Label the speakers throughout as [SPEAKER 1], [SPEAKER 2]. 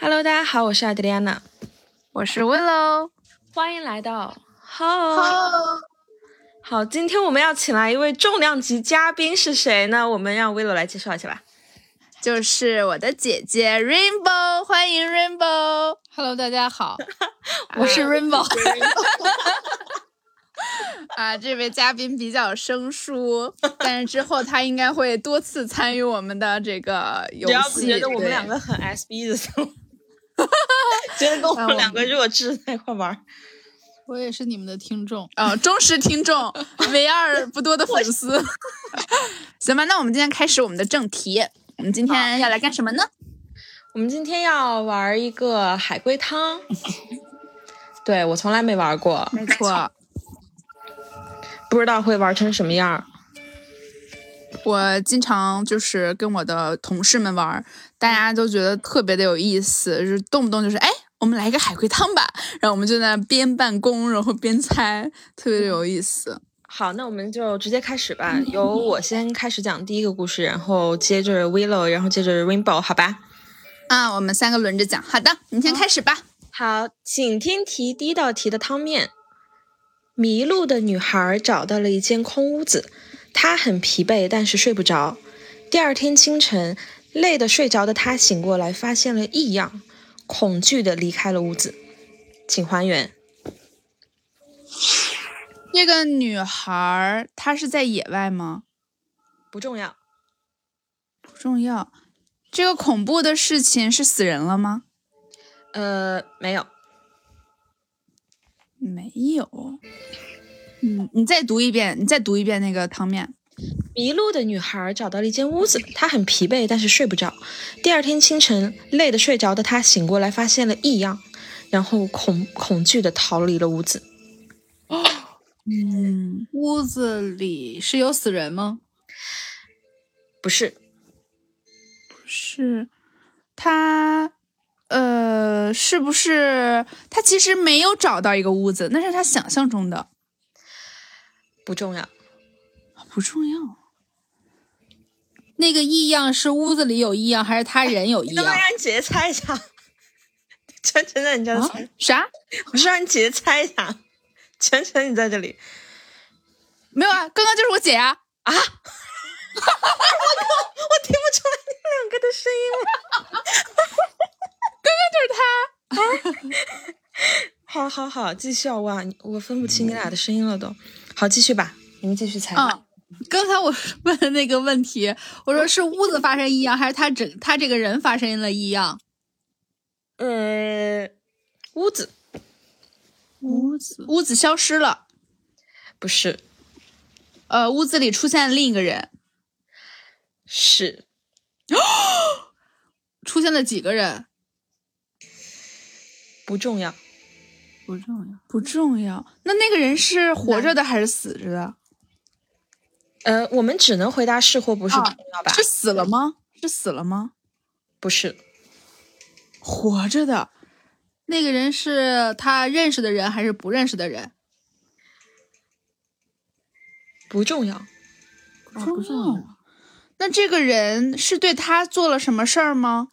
[SPEAKER 1] Hello，大家好，我是阿德利安娜，
[SPEAKER 2] 我是 Willow。
[SPEAKER 1] 欢迎来到 How。好，今天我们要请来一位重量级嘉宾是谁呢？我们让 Willow 来介绍一下吧。
[SPEAKER 2] 就是我的姐姐 Rainbow，欢迎 Rainbow。呃
[SPEAKER 3] Hello，大家 好，我是 Rainbow。
[SPEAKER 2] 啊，这位嘉宾比较生疏，但是之后他应该会多次参与我们的这个游
[SPEAKER 1] 只要不
[SPEAKER 2] 戏。
[SPEAKER 1] 觉得我们
[SPEAKER 2] 对
[SPEAKER 1] 两个很 SB 的时 候，觉得跟我们两个弱智在一块玩儿，
[SPEAKER 3] 我也是你们的听众。
[SPEAKER 2] 呃，忠实听众，唯二 不多的粉丝。 行吧，那我们今天开始我们的正题。我们今天要来干什么呢？
[SPEAKER 1] 我们今天要玩一个海龟汤， 对我从来没玩过，
[SPEAKER 2] 没错，
[SPEAKER 1] 不知道会玩成什么样儿。
[SPEAKER 2] 我经常就是跟我的同事们玩儿，大家都觉得特别的有意思，就是动不动就是哎，我们来一个海龟汤吧，然后我们就在那边办公，然后边猜，特别的有意思。
[SPEAKER 1] 好，那我们就直接开始 吧，由我先开始讲第一个故事，然后接着 Willow，然后接着 Rainbow，好吧？
[SPEAKER 2] 啊，我们三个轮着讲。好的，你先开始吧。
[SPEAKER 1] 好，请听题第一道题的汤面。迷路的女孩找到了一间空屋子，她很疲惫，但是睡不着。第二天清晨，累得睡着的她醒过来，发现了异样，恐惧的离开了屋子。请还原。
[SPEAKER 2] 这个女孩儿她是在野外吗？
[SPEAKER 1] 不重要，
[SPEAKER 2] 不重要。这个恐怖的事情是死人了吗？
[SPEAKER 1] 呃，没有，
[SPEAKER 2] 没有。嗯，你再读一遍，你再读一遍那个汤面。
[SPEAKER 1] 迷路的女孩找到了一间屋子，她很疲惫，但是睡不着。第二天清晨，累得睡着的她醒过来，发现了异样，然后恐恐惧的逃离了屋子。
[SPEAKER 2] 嗯，
[SPEAKER 3] 屋子里是有死人吗？
[SPEAKER 1] 不是，
[SPEAKER 2] 是她，呃，是不是她其实没有找到一个屋子，那是她想象中的，
[SPEAKER 1] 不重要。
[SPEAKER 2] 不重要。
[SPEAKER 3] 那个异样是屋子里有异样，还是他人有异
[SPEAKER 1] 能不
[SPEAKER 3] 样
[SPEAKER 2] 哎
[SPEAKER 3] 啊
[SPEAKER 1] 能？让你姐姐猜一下？ 全程让你在这
[SPEAKER 2] 啊
[SPEAKER 1] 猜，？
[SPEAKER 2] 啥？
[SPEAKER 1] 我是让你姐姐猜一下。全程你在这里，
[SPEAKER 2] 没有啊，刚刚就是我姐啊。
[SPEAKER 1] 我听不出来你们两个的声音了。 刚刚就是他。好好好，继续啊！哇，你我分不清你俩的声音了都。好，继续吧，你们继续
[SPEAKER 2] 哎
[SPEAKER 1] 猜。
[SPEAKER 2] 啊
[SPEAKER 3] 嗯，刚才我 问的那个问题，我说是屋子发生异样，还是他整他这个人发生了异样？
[SPEAKER 1] 呃，屋子
[SPEAKER 3] 屋子
[SPEAKER 2] 屋子消失了，
[SPEAKER 1] 不是，
[SPEAKER 2] 呃，屋子里出现了另一个人，
[SPEAKER 1] 是
[SPEAKER 3] 出现了几个人？
[SPEAKER 1] 不重要，
[SPEAKER 3] 不重要。
[SPEAKER 2] 不重要。那那个人是活着的还是死着的？
[SPEAKER 1] 呃，我们只能回答是或不是，
[SPEAKER 2] 啊
[SPEAKER 1] 不重要吧？
[SPEAKER 2] 是死了吗？是死了吗？
[SPEAKER 1] 不是，
[SPEAKER 2] 活着的，
[SPEAKER 3] 那个人是他认识的人还是不认识的人？
[SPEAKER 1] 不重要，
[SPEAKER 3] 啊不重要。
[SPEAKER 2] 那这个人是对他做了什么事儿吗？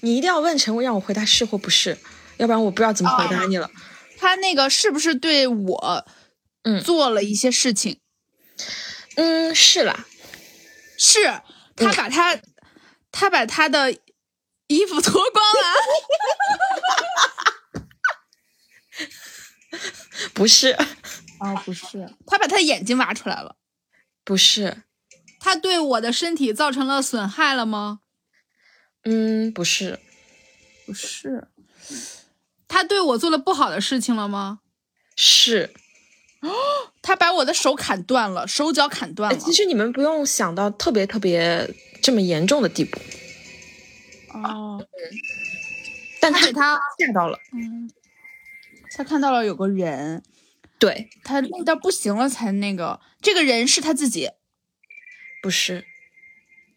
[SPEAKER 1] 你一定要问成让我回答是或不是，要不然我不知道怎么回答你了。
[SPEAKER 2] 他那个是不是对我，
[SPEAKER 1] 嗯
[SPEAKER 2] 做了一些事情？
[SPEAKER 1] 嗯，是啦，
[SPEAKER 2] 是
[SPEAKER 3] 嗯
[SPEAKER 2] 他把他，他把他的衣服脱光了，
[SPEAKER 1] 不是，
[SPEAKER 3] 啊，不是。
[SPEAKER 2] 他把他的眼睛挖出来了，
[SPEAKER 1] 不是，
[SPEAKER 3] 他对我的身体造成了损害了吗？
[SPEAKER 1] 嗯，不是，
[SPEAKER 2] 不是。
[SPEAKER 3] 他对我做了不好的事情了吗？
[SPEAKER 1] 是。
[SPEAKER 2] 他把我的手砍断了，手脚砍断
[SPEAKER 1] 哎
[SPEAKER 2] 了。
[SPEAKER 1] 其实你们不用想到特别特别这么严重的地步，
[SPEAKER 2] 哦，
[SPEAKER 1] 但
[SPEAKER 3] 他
[SPEAKER 1] 他
[SPEAKER 3] 给他，
[SPEAKER 1] 吓到了。
[SPEAKER 2] 嗯，他看到了有个人，
[SPEAKER 1] 对，
[SPEAKER 2] 他累到不行了才那个。这个人是他自己，
[SPEAKER 1] 不是，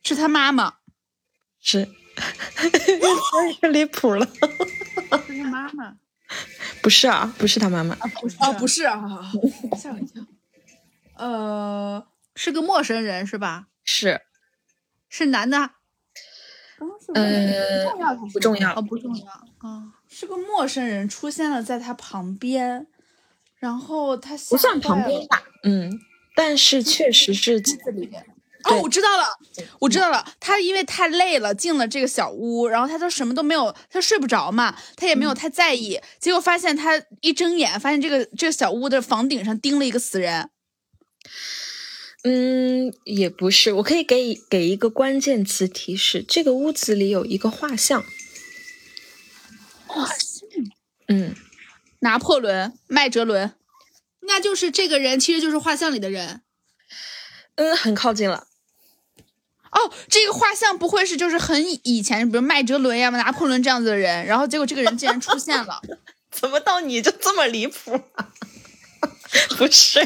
[SPEAKER 2] 是他妈妈，
[SPEAKER 1] 是，太离谱了。
[SPEAKER 2] 哦是他妈妈。
[SPEAKER 1] 不是啊，不是他妈妈，
[SPEAKER 2] 哦，不是啊，
[SPEAKER 3] 吓我一跳，
[SPEAKER 2] 呃，
[SPEAKER 3] 是个陌生人是吧？
[SPEAKER 1] 是啊
[SPEAKER 2] 哦
[SPEAKER 3] 是男的，
[SPEAKER 1] 呃，不重要
[SPEAKER 3] 哦，不重要啊。
[SPEAKER 2] 是个陌生人出现了在他旁边，然后他
[SPEAKER 1] 不
[SPEAKER 2] 不
[SPEAKER 1] 算旁边吧，嗯，但是确实是
[SPEAKER 2] 哦
[SPEAKER 1] 对，嗯
[SPEAKER 2] 我知道了，我知道了。他因为太累了，进了这个小屋，然后他都什么都没有，他睡不着嘛，他也没有
[SPEAKER 1] 嗯
[SPEAKER 2] 太在意。结果发现他一睁眼，发现这个这个小屋的房顶上钉了一个死人。
[SPEAKER 1] 嗯，也不是，我可以给一给一个关键词提示，这个屋子里有一个画像。嗯，
[SPEAKER 2] 拿破仑、麦哲伦，
[SPEAKER 3] 那就是这个人，其实就是画像里的人。
[SPEAKER 1] 嗯，很靠近了。
[SPEAKER 2] 哦，这个画像不会是就是很以前，比如麦哲伦呀、拿破仑这样子的人，然后结果这个人竟然出现了，
[SPEAKER 1] 怎么到你就这么离谱、啊？ 不是，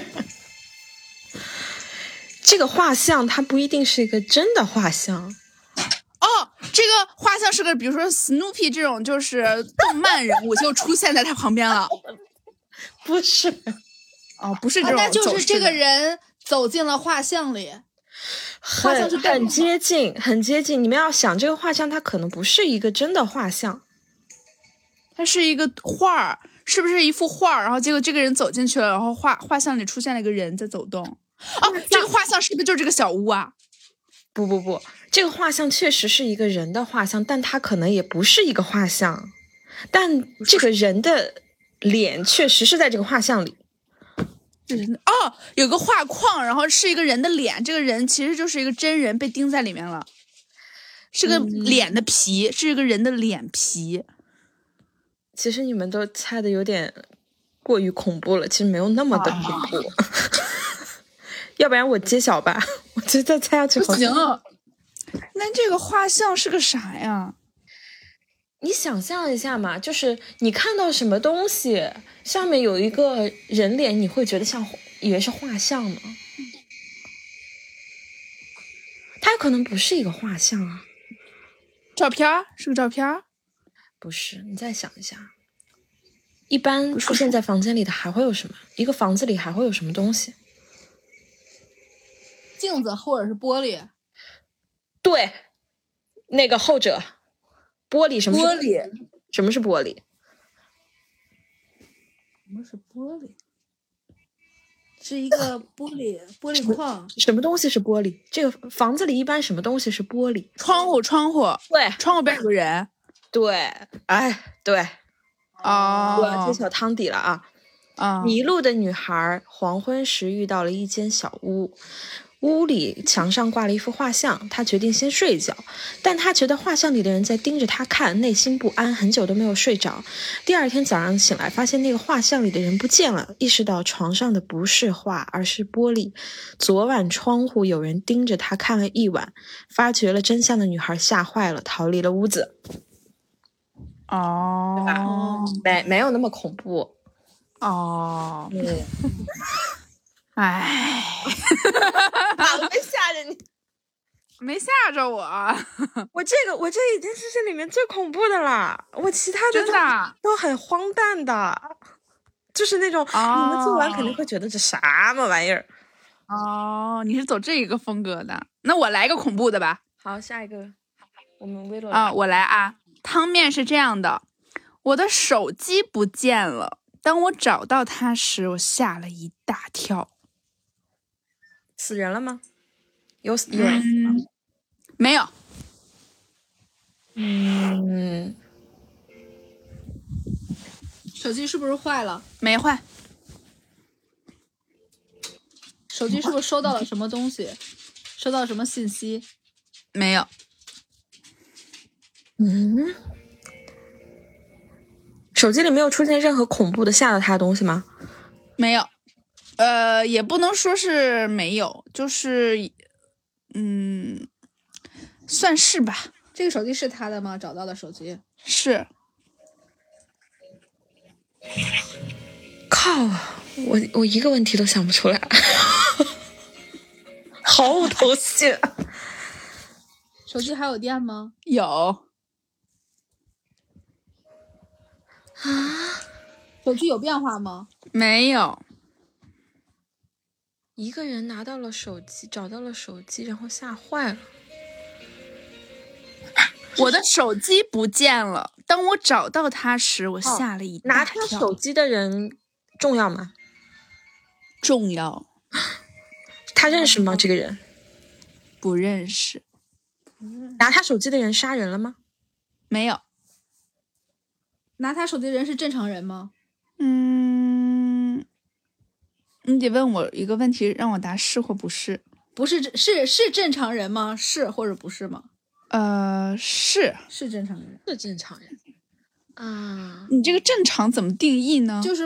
[SPEAKER 1] 这个画像它不一定是一个真的画像，
[SPEAKER 2] 哦，这个画像是个，比如说 Snoopy 这种就是动漫人物就出现在他旁边了。
[SPEAKER 1] 不是，
[SPEAKER 2] 哦，不是这
[SPEAKER 3] 啊
[SPEAKER 2] 种、
[SPEAKER 3] 那就
[SPEAKER 2] 走
[SPEAKER 3] 是
[SPEAKER 2] 势
[SPEAKER 3] 这个
[SPEAKER 2] 的。
[SPEAKER 3] 人走进了画像里。
[SPEAKER 1] 很
[SPEAKER 3] 像是动
[SPEAKER 1] 很
[SPEAKER 3] 物
[SPEAKER 1] 接近，很接近。你们要想，这个画像它可能不是一个真的画像，
[SPEAKER 2] 它是一个画儿，是不是一幅画儿？然后结果这个人走进去了，然后画画像里出现了一个人在走动。哦，这个画像是不是就是这个小屋啊？
[SPEAKER 1] 不不不，这个画像确实是一个人的画像，但它可能也不是一个画像，但这个人的脸确实是在这个画像里。
[SPEAKER 2] 哦，有个画框，然后是一个人的脸，这个人其实就是一个真人被钉在里面了，是个
[SPEAKER 1] 嗯
[SPEAKER 2] 脸的皮，是一个人的脸皮。
[SPEAKER 1] 其实你们都猜的有点过于恐怖了，其实没有那么的恐怖。 要不然我揭晓吧，我觉得再猜下去好。，
[SPEAKER 2] 那这个画像是个啥呀？
[SPEAKER 1] 你想象一下嘛，就是你看到什么东西上面有一个人脸，你会觉得像以为是画像吗？它可能不是一个画像啊。
[SPEAKER 2] 照片儿是个照片儿，
[SPEAKER 1] 不是，你再想一下，一般出现在房间里的还会有什么？一个房子里还会有什么东西？
[SPEAKER 3] 镜子或者是玻璃，
[SPEAKER 1] 对，那个后者，玻璃什么是？
[SPEAKER 3] 璃，
[SPEAKER 1] 什么是玻璃？
[SPEAKER 3] 什么是玻璃？是一个玻璃玻璃 框，
[SPEAKER 1] 什么东西是玻璃？这个房子里一般什么东西是玻璃？
[SPEAKER 2] 窗户，窗户，
[SPEAKER 1] 对
[SPEAKER 2] 窗户边有个人。
[SPEAKER 1] 对，哎对，我要揭
[SPEAKER 2] 哦，
[SPEAKER 1] 晓汤底了啊！
[SPEAKER 2] 啊，
[SPEAKER 1] 迷路的女孩黄昏时遇到了一间小屋，屋里墙上挂了一幅画像，她决定先睡一觉，但她觉得画像里的人在盯着她看，内心不安，很久都没有睡着。第二天早上醒来，发现那个画像里的人不见了，意识到床上的不是画，而是玻璃。昨晚窗户有人盯着她看了一晚，发觉了真相的女孩吓坏了，逃离了屋子。对吧嗯
[SPEAKER 2] 哦，
[SPEAKER 1] 没没有那么恐怖。
[SPEAKER 2] 哦，
[SPEAKER 1] 对，
[SPEAKER 2] 哎，
[SPEAKER 1] 没吓着你。
[SPEAKER 2] 没吓着我，
[SPEAKER 1] 我这个我这已经是这里面最恐怖的啦，我其他的
[SPEAKER 2] 真
[SPEAKER 1] 都
[SPEAKER 2] 的啊
[SPEAKER 1] 都很荒诞的，就是那种、你们做完肯定会觉得这什么玩意儿。
[SPEAKER 2] 哦，你是走这一个风格的，那我来一个恐怖的吧。
[SPEAKER 1] 好，下一个我们微罗
[SPEAKER 2] 啊，我来啊。汤面是这样的，我的手机不见了。当我找到它时，我吓了一大跳。
[SPEAKER 1] 死人了吗？有死有人死吗
[SPEAKER 2] 嗯，没有，
[SPEAKER 1] 嗯，
[SPEAKER 3] 手机是不是坏了？
[SPEAKER 2] 没换，
[SPEAKER 3] 手机是不是收到了什么东西？收到什么信息？
[SPEAKER 2] 没有。
[SPEAKER 1] 嗯，手机里没有出现任何恐怖的吓到他的东西吗？
[SPEAKER 2] 没有，呃，也不能说是没有，就是，嗯，算是吧，
[SPEAKER 3] 这个手机是他的吗？找到的手机，
[SPEAKER 2] 是
[SPEAKER 1] 靠，我我一个问题都想不出来， 毫无头绪。
[SPEAKER 3] 手机还有电吗？
[SPEAKER 2] 有，
[SPEAKER 3] 手机有变化吗？
[SPEAKER 2] 没有，
[SPEAKER 1] 一个人拿到了手机，找到了手机，然后吓坏了。
[SPEAKER 2] 我的手机不见了。当我找到它时，我吓了一
[SPEAKER 1] 哦拿
[SPEAKER 2] 大
[SPEAKER 1] 他
[SPEAKER 2] 跳。
[SPEAKER 1] 手机的人重要吗？
[SPEAKER 3] 重要
[SPEAKER 1] 他认识吗？这个人
[SPEAKER 2] 不认识，
[SPEAKER 1] 拿他手机的人杀人了吗？
[SPEAKER 2] 没有。
[SPEAKER 3] 拿他手机的人是正常人吗？
[SPEAKER 2] 嗯，你得问我一个问题，让我答是或不是。
[SPEAKER 3] 不是正，是是正常人吗？是或者不是吗？
[SPEAKER 2] 呃，是
[SPEAKER 3] 是正常人，
[SPEAKER 1] 是正常人啊，
[SPEAKER 2] 你这个正常怎么定义呢？
[SPEAKER 3] 就是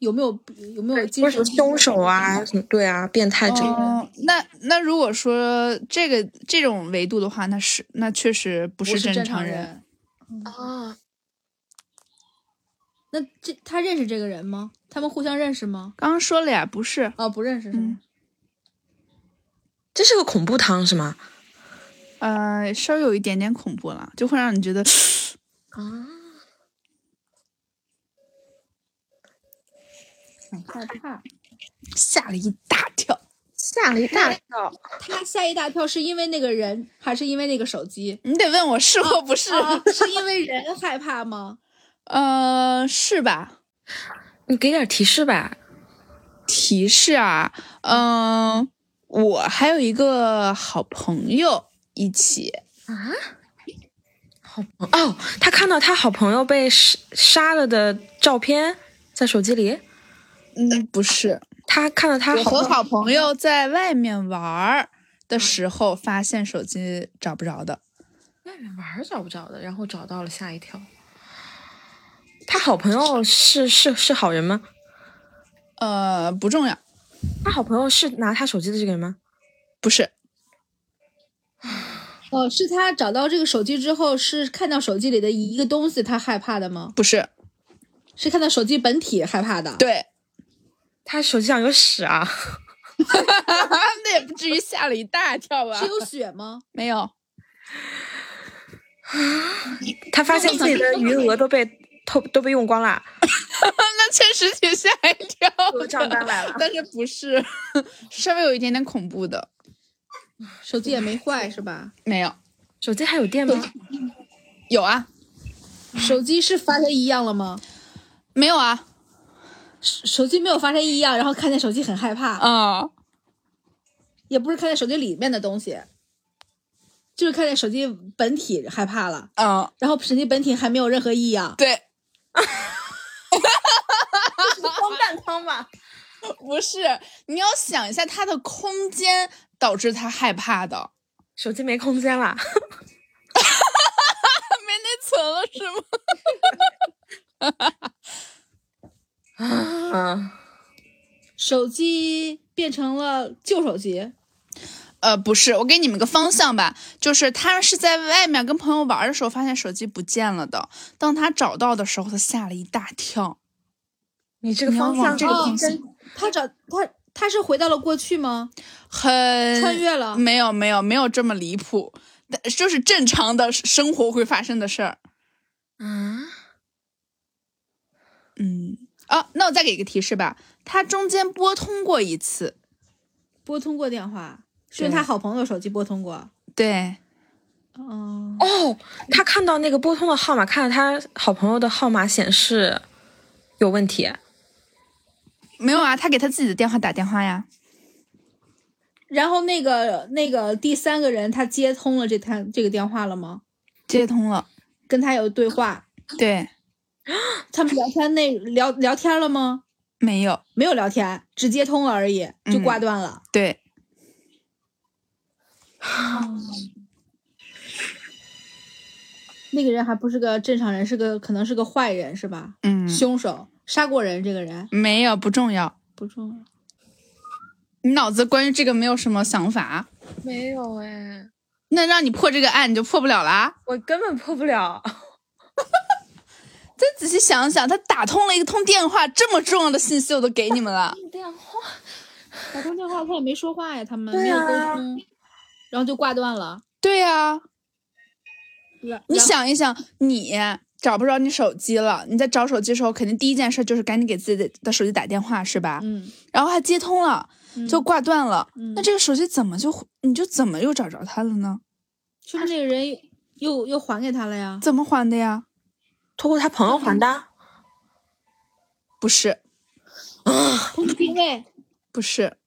[SPEAKER 3] 有没有有没
[SPEAKER 1] 不
[SPEAKER 3] 有精
[SPEAKER 1] 是什
[SPEAKER 3] 神
[SPEAKER 1] 么凶手啊，什么对啊，变态之类的。
[SPEAKER 2] 哦，那那如果说这个这种维度的话，那是那确实不
[SPEAKER 3] 不是
[SPEAKER 2] 正
[SPEAKER 3] 正
[SPEAKER 2] 常
[SPEAKER 3] 人。
[SPEAKER 2] 人，
[SPEAKER 1] 哦，
[SPEAKER 3] 那这他认识这个人吗？他们互相认识吗？
[SPEAKER 2] 刚刚说了呀，不是。
[SPEAKER 3] 哦，不认识是吗？
[SPEAKER 1] 这是个恐怖汤是吗？
[SPEAKER 2] 呃，稍微有一点点恐怖了，就会让你觉得
[SPEAKER 1] 啊，
[SPEAKER 3] 很害怕。
[SPEAKER 2] 吓了一大跳。
[SPEAKER 1] 吓了一大跳。
[SPEAKER 3] 他吓一大跳，是因为那个人，还是因为那个手机？
[SPEAKER 2] 你得问我是或不是？
[SPEAKER 3] 啊，是因为人害怕吗？
[SPEAKER 2] 呃，是吧？
[SPEAKER 1] 你给点提示吧。
[SPEAKER 2] 提示啊，嗯、我还有一个好朋友一起，
[SPEAKER 1] 啊？好朋哦，他看到他好朋友被杀杀了的照片在手机里，
[SPEAKER 2] 嗯，不是，
[SPEAKER 1] 他看到他
[SPEAKER 2] 我
[SPEAKER 1] 好朋友
[SPEAKER 2] 和
[SPEAKER 1] 嗯
[SPEAKER 2] 好朋友在外面玩儿的时候，发现手机找不着的。
[SPEAKER 1] 外面玩儿找不着的，然后找到了，吓一跳。他好朋友是是是好人吗？
[SPEAKER 2] 呃，不重要，
[SPEAKER 1] 他好朋友是拿他手机的这个人吗？
[SPEAKER 2] 不是，
[SPEAKER 3] 哦，是他找到这个手机之后，是看到手机里的一个东西，他害怕的吗？
[SPEAKER 2] 不是，
[SPEAKER 3] 是看到手机本体害怕的？，
[SPEAKER 2] 对，
[SPEAKER 1] 他手机上有屎啊！
[SPEAKER 2] 那也不至于吓了一大跳吧
[SPEAKER 3] 是？有血吗？
[SPEAKER 2] 没有，
[SPEAKER 1] 他发现自己的余额都被偷都被用光了，
[SPEAKER 2] 那确实挺吓一跳
[SPEAKER 1] 我
[SPEAKER 2] 的，
[SPEAKER 1] 账单来了。
[SPEAKER 2] 但是不是， 稍微有一点点恐怖的，
[SPEAKER 3] 手机也没坏是吧？
[SPEAKER 2] 没有，
[SPEAKER 1] 手机还有电吗？
[SPEAKER 2] 有啊，
[SPEAKER 3] 手机是发生异样了吗？
[SPEAKER 2] 没有啊，
[SPEAKER 3] 手手机没有发生异样，然后看见手机很害怕，
[SPEAKER 2] 啊、
[SPEAKER 3] 也不是看见手机里面的东西，就是看见手机本体害怕了，
[SPEAKER 2] 嗯、
[SPEAKER 3] 然后手机本体还没有任何啊异样。
[SPEAKER 2] 对，
[SPEAKER 1] 光蛋汤吧。
[SPEAKER 2] 不是，你要想一下它的空间导致他害怕的，
[SPEAKER 1] 手机没空间了，
[SPEAKER 2] 他没内存了是吗？
[SPEAKER 1] 嗯，
[SPEAKER 3] 手机变成了旧手机，
[SPEAKER 2] 呃，不是，我给你们个方向吧，就是他是在外面跟朋友玩的时候发现手机不见了的，当他找到的时候，他吓了一大跳。
[SPEAKER 1] 你这个
[SPEAKER 2] 你要
[SPEAKER 1] 方
[SPEAKER 2] 往
[SPEAKER 1] 向
[SPEAKER 2] 这个
[SPEAKER 1] 哦
[SPEAKER 2] 方向
[SPEAKER 1] 真
[SPEAKER 3] 他找他他是回到了过去吗？
[SPEAKER 2] 很
[SPEAKER 3] 穿越了
[SPEAKER 2] 没有没有没有这么离谱，但就是正常的生活会发生的事儿。
[SPEAKER 1] 啊，
[SPEAKER 2] 嗯，啊，那我再给一个提示吧，他中间拨通过一次，
[SPEAKER 3] 拨通过电话，是用
[SPEAKER 2] 对
[SPEAKER 3] 他好朋友手机拨通过。
[SPEAKER 2] 对，
[SPEAKER 3] 嗯，
[SPEAKER 1] 哦，他看到那个拨通的号码，看到他好朋友的号码显示有问题，
[SPEAKER 2] 没有啊，他给他自己的电话打电话呀，
[SPEAKER 3] 然后那个那个第三个人他接通了这他这个电话了吗？
[SPEAKER 2] 接通了，
[SPEAKER 3] 跟他有对话，
[SPEAKER 2] 对，
[SPEAKER 3] 他们聊天内聊聊天了吗？
[SPEAKER 2] 没有，
[SPEAKER 3] 没有聊天，只接通了而已，就挂断了。
[SPEAKER 2] 对，
[SPEAKER 3] 那个人还不是个正常人，是个可能是个坏人是吧？
[SPEAKER 2] 嗯，
[SPEAKER 3] 凶手杀过人，这个人
[SPEAKER 2] 没有不重要，
[SPEAKER 3] 不重要。
[SPEAKER 2] 你脑子关于这个没有什么想法，
[SPEAKER 1] 没有哎，
[SPEAKER 2] 那让你破这个案你就破不了啦。
[SPEAKER 1] 我根本破不了。
[SPEAKER 2] 再仔细想想，他打通了一通电话，这么重要的信息我都给你们了。
[SPEAKER 1] 电话
[SPEAKER 3] 打通电话他也没说话呀，他们
[SPEAKER 1] 对
[SPEAKER 3] 没有沟
[SPEAKER 1] 啊
[SPEAKER 3] 通，然后就挂断了。
[SPEAKER 2] 对呀、
[SPEAKER 3] 然
[SPEAKER 2] 你
[SPEAKER 3] 然
[SPEAKER 2] 想一想，你找不着你手机了，你在找手机的时候，肯定第一件事就是赶紧给自己的手机打电话，是吧？
[SPEAKER 3] 嗯，
[SPEAKER 2] 然后还接通了，
[SPEAKER 3] 嗯
[SPEAKER 2] 就挂断了。
[SPEAKER 3] 嗯
[SPEAKER 2] 那这个手机怎么就你就怎么又找着他了呢？
[SPEAKER 3] 说明那个人又又还给他了 呀？
[SPEAKER 2] 怎么还的呀？
[SPEAKER 1] 通过他朋友还的啊。
[SPEAKER 2] 不是，
[SPEAKER 3] 通缉位，
[SPEAKER 2] 不是，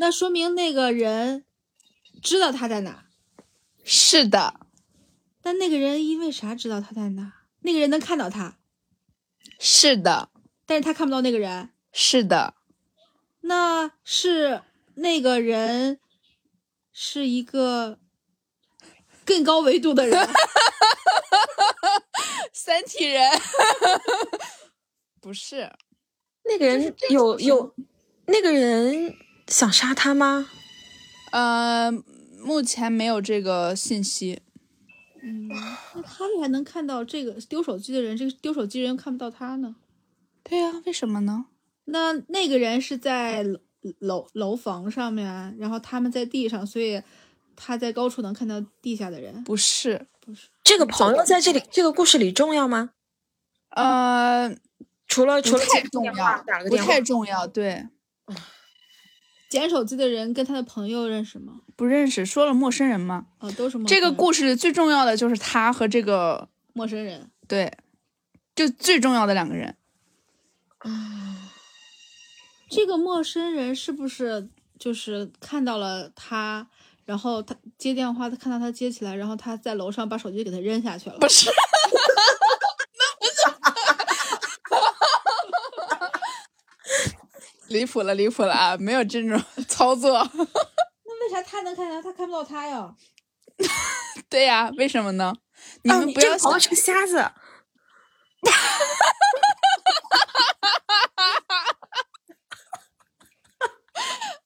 [SPEAKER 3] 那说明那个人知道他在哪儿，
[SPEAKER 2] 是的，
[SPEAKER 3] 但那个人因为啥知道他在哪儿？那个人能看到他，
[SPEAKER 2] 是的，
[SPEAKER 3] 但是他看不到那个人，
[SPEAKER 2] 是的，
[SPEAKER 3] 那是那个人是一个更高维度的 人，
[SPEAKER 2] 三体人， 不是，
[SPEAKER 1] 那个人有有，那个人想杀他吗？
[SPEAKER 2] 呃，目前没有这个信息。
[SPEAKER 3] 嗯，那他为啥能看到这个丢手机的人，这个丢手机人看不到他呢？
[SPEAKER 2] 对呀、为什么呢？
[SPEAKER 3] 那那个人是在楼楼楼房上面，然后他们在地上，所以他在高处能看到地下的人。
[SPEAKER 2] 不是，
[SPEAKER 1] 这个朋友在这里这个故事里重要吗？
[SPEAKER 2] 呃，
[SPEAKER 1] 除了除
[SPEAKER 2] 不
[SPEAKER 1] 了
[SPEAKER 2] 太
[SPEAKER 1] 这个
[SPEAKER 2] 重
[SPEAKER 1] 电话
[SPEAKER 2] 要
[SPEAKER 1] 打了，个
[SPEAKER 2] 不
[SPEAKER 1] 电话啊
[SPEAKER 2] 太，重要，对，
[SPEAKER 3] 捡手机的人跟他的朋友认识吗？
[SPEAKER 2] 不认识，说了陌生人嘛。
[SPEAKER 3] 哦，都是陌
[SPEAKER 2] 这个
[SPEAKER 3] 生
[SPEAKER 2] 故事里最重要的就是他和这个
[SPEAKER 3] 陌生人。
[SPEAKER 2] 对，就最重要的两个人。
[SPEAKER 3] 这个陌生人是不是就是看到了他，然后他接电话，他看到他接起来，然后他在楼上把手机给他扔下去了？
[SPEAKER 2] 不是，离谱了，离谱了啊！没有这种 操作。
[SPEAKER 3] 那为啥他能看到他看不到他呀？
[SPEAKER 2] 对呀、为什么呢？你
[SPEAKER 1] 哦
[SPEAKER 2] 们不要
[SPEAKER 1] 这个朋
[SPEAKER 2] 想，
[SPEAKER 1] 友是个瞎子，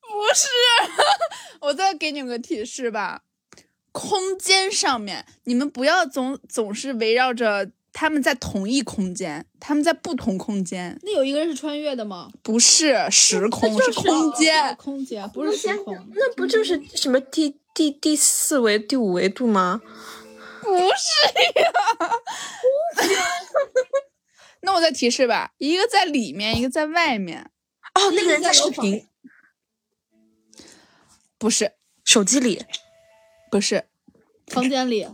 [SPEAKER 2] 不是， 我再给你们个提示吧。空间上面，你们不要总总是围绕着他们在同一空间，他们在不同空间，
[SPEAKER 3] 那有一个人是穿越的吗？
[SPEAKER 2] 不是时空，
[SPEAKER 1] 就是
[SPEAKER 2] 空
[SPEAKER 3] 哦
[SPEAKER 2] 间。
[SPEAKER 3] 空间不是时空。
[SPEAKER 1] 那不就是什么第第第四维第五维度吗？
[SPEAKER 2] 不是呀。那我再提示吧，一个在里面，一个在外面，
[SPEAKER 1] 哦，那个人在
[SPEAKER 3] 在
[SPEAKER 1] 视
[SPEAKER 3] 楼房
[SPEAKER 1] 频
[SPEAKER 2] 不是，
[SPEAKER 1] 手机里，
[SPEAKER 2] 不是，
[SPEAKER 3] 房间里，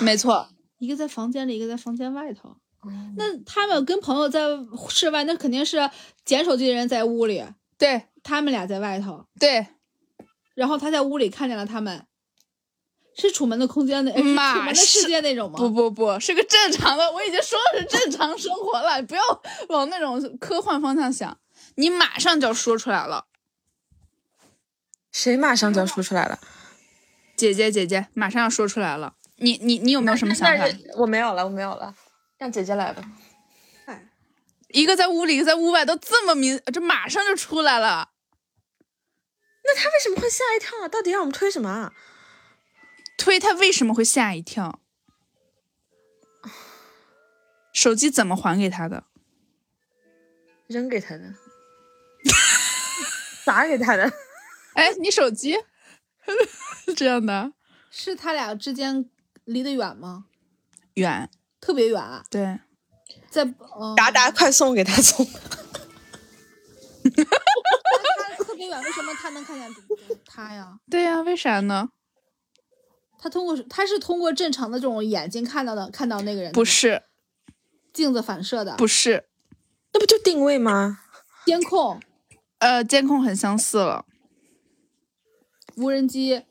[SPEAKER 2] 没错，
[SPEAKER 3] 一个在房间里，一个在房间外头。
[SPEAKER 2] 哦
[SPEAKER 3] 那他们跟朋友在室外，那肯定是捡手机的人在屋里，
[SPEAKER 2] 对
[SPEAKER 3] 他们俩在外头。
[SPEAKER 2] 对，
[SPEAKER 3] 然后他在屋里看见了他们，是楚门的空间那，哎是
[SPEAKER 2] 妈
[SPEAKER 3] 楚门的世界那种吗？
[SPEAKER 2] 不不不是个正常的，我已经说是正常生活了，不要往那种科幻方向想，你马上就要说出来了，
[SPEAKER 1] 谁马上就要说出来了？
[SPEAKER 2] 姐姐姐姐，马上要说出来了，你你你有没有什么想
[SPEAKER 1] 那
[SPEAKER 2] 法？
[SPEAKER 1] 人我没有了，我没有了，让姐姐来吧。
[SPEAKER 3] 哎
[SPEAKER 2] 一个在屋里，一个在屋外，都这么明，这马上就出来了，
[SPEAKER 1] 那他为什么会吓一跳啊？到底让我们推什么啊？
[SPEAKER 2] 推他为什么会吓一跳？手机怎么还给他的？
[SPEAKER 1] 扔给他 的，砸给他的。
[SPEAKER 2] 哎，你手机 这样的
[SPEAKER 3] 是他俩之间离得远吗？
[SPEAKER 2] 远，
[SPEAKER 3] 特别远啊，
[SPEAKER 2] 对，
[SPEAKER 3] 在 嗯，
[SPEAKER 1] 达达快送给他送，
[SPEAKER 3] 他特别远，为什么他能看见他呀？
[SPEAKER 2] 对呀、为啥呢？
[SPEAKER 3] 他通过他是通过正常的这种眼睛看到的，看到那个人的
[SPEAKER 2] 不是，
[SPEAKER 3] 镜子反射的，
[SPEAKER 2] 不是，
[SPEAKER 1] 那不就定位吗？
[SPEAKER 3] 监控
[SPEAKER 2] 呃，监控很相似了，
[SPEAKER 3] 无人机，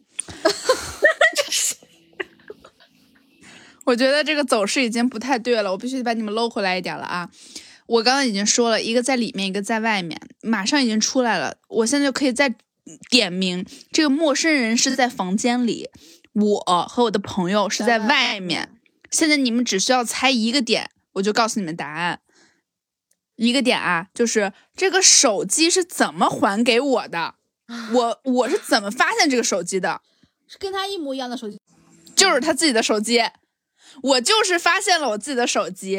[SPEAKER 2] 我觉得这个走势已经不太对了，我必须把你们搂回来一点了啊！我刚刚已经说了一个在里面，一个在外面，马上已经出来了，我现在就可以再点名，这个陌生人是在房间里，我和我的朋友是在外面，现在你们只需要猜一个点，我就告诉你们答案。一个点啊，就是这个手机是怎么还给我的，我我是怎么发现这个手机的，
[SPEAKER 3] 是跟他一模一样的手机。
[SPEAKER 2] 就是他自己的手机，我就是发现了我自己的手机，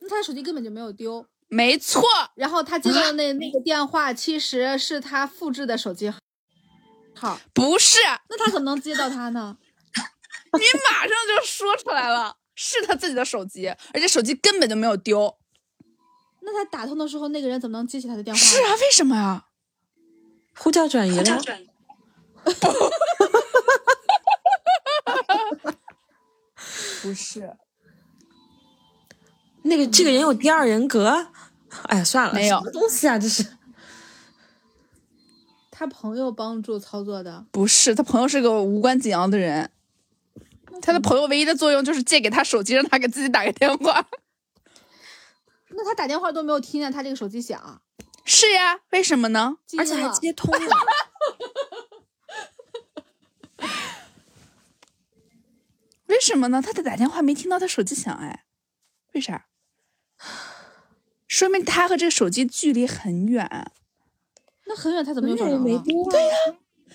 [SPEAKER 3] 那他的手机根本就没有丢，
[SPEAKER 2] 没错，
[SPEAKER 3] 然后他接到的那那个电话，其实是他复制的手机号，
[SPEAKER 2] 不是，
[SPEAKER 3] 那他怎么能接到他呢？
[SPEAKER 2] 你马上就说出来了，是他自己的手机，而且手机根本就没有丢，
[SPEAKER 3] 那他打通的时候，那个人怎么能接起他的电话？
[SPEAKER 2] 是啊，为什么呀、
[SPEAKER 1] 呼叫转移了，
[SPEAKER 2] 不是，
[SPEAKER 1] 那个这个人有第二人格？哎呀，算了，
[SPEAKER 2] 没有
[SPEAKER 1] 什么东西啊，这是
[SPEAKER 3] 他朋友帮助操作的，
[SPEAKER 2] 不是，他朋友是个无关紧要的人。他的朋友唯一的作用就是借给他手机，让他给自己打个电话。
[SPEAKER 3] 那他打电话都没有听见他这个手机响，
[SPEAKER 2] 是呀，为什么呢？
[SPEAKER 3] 静
[SPEAKER 1] 而且还
[SPEAKER 3] 音了
[SPEAKER 1] 接通了。
[SPEAKER 2] 为什么呢？他在打电话没听到他手机响，哎，为啥？说明他和这个手机距离很远。
[SPEAKER 3] 那很远他怎么
[SPEAKER 1] 没
[SPEAKER 3] 又找着
[SPEAKER 1] 有没
[SPEAKER 3] 了？
[SPEAKER 1] 播、啊对呀、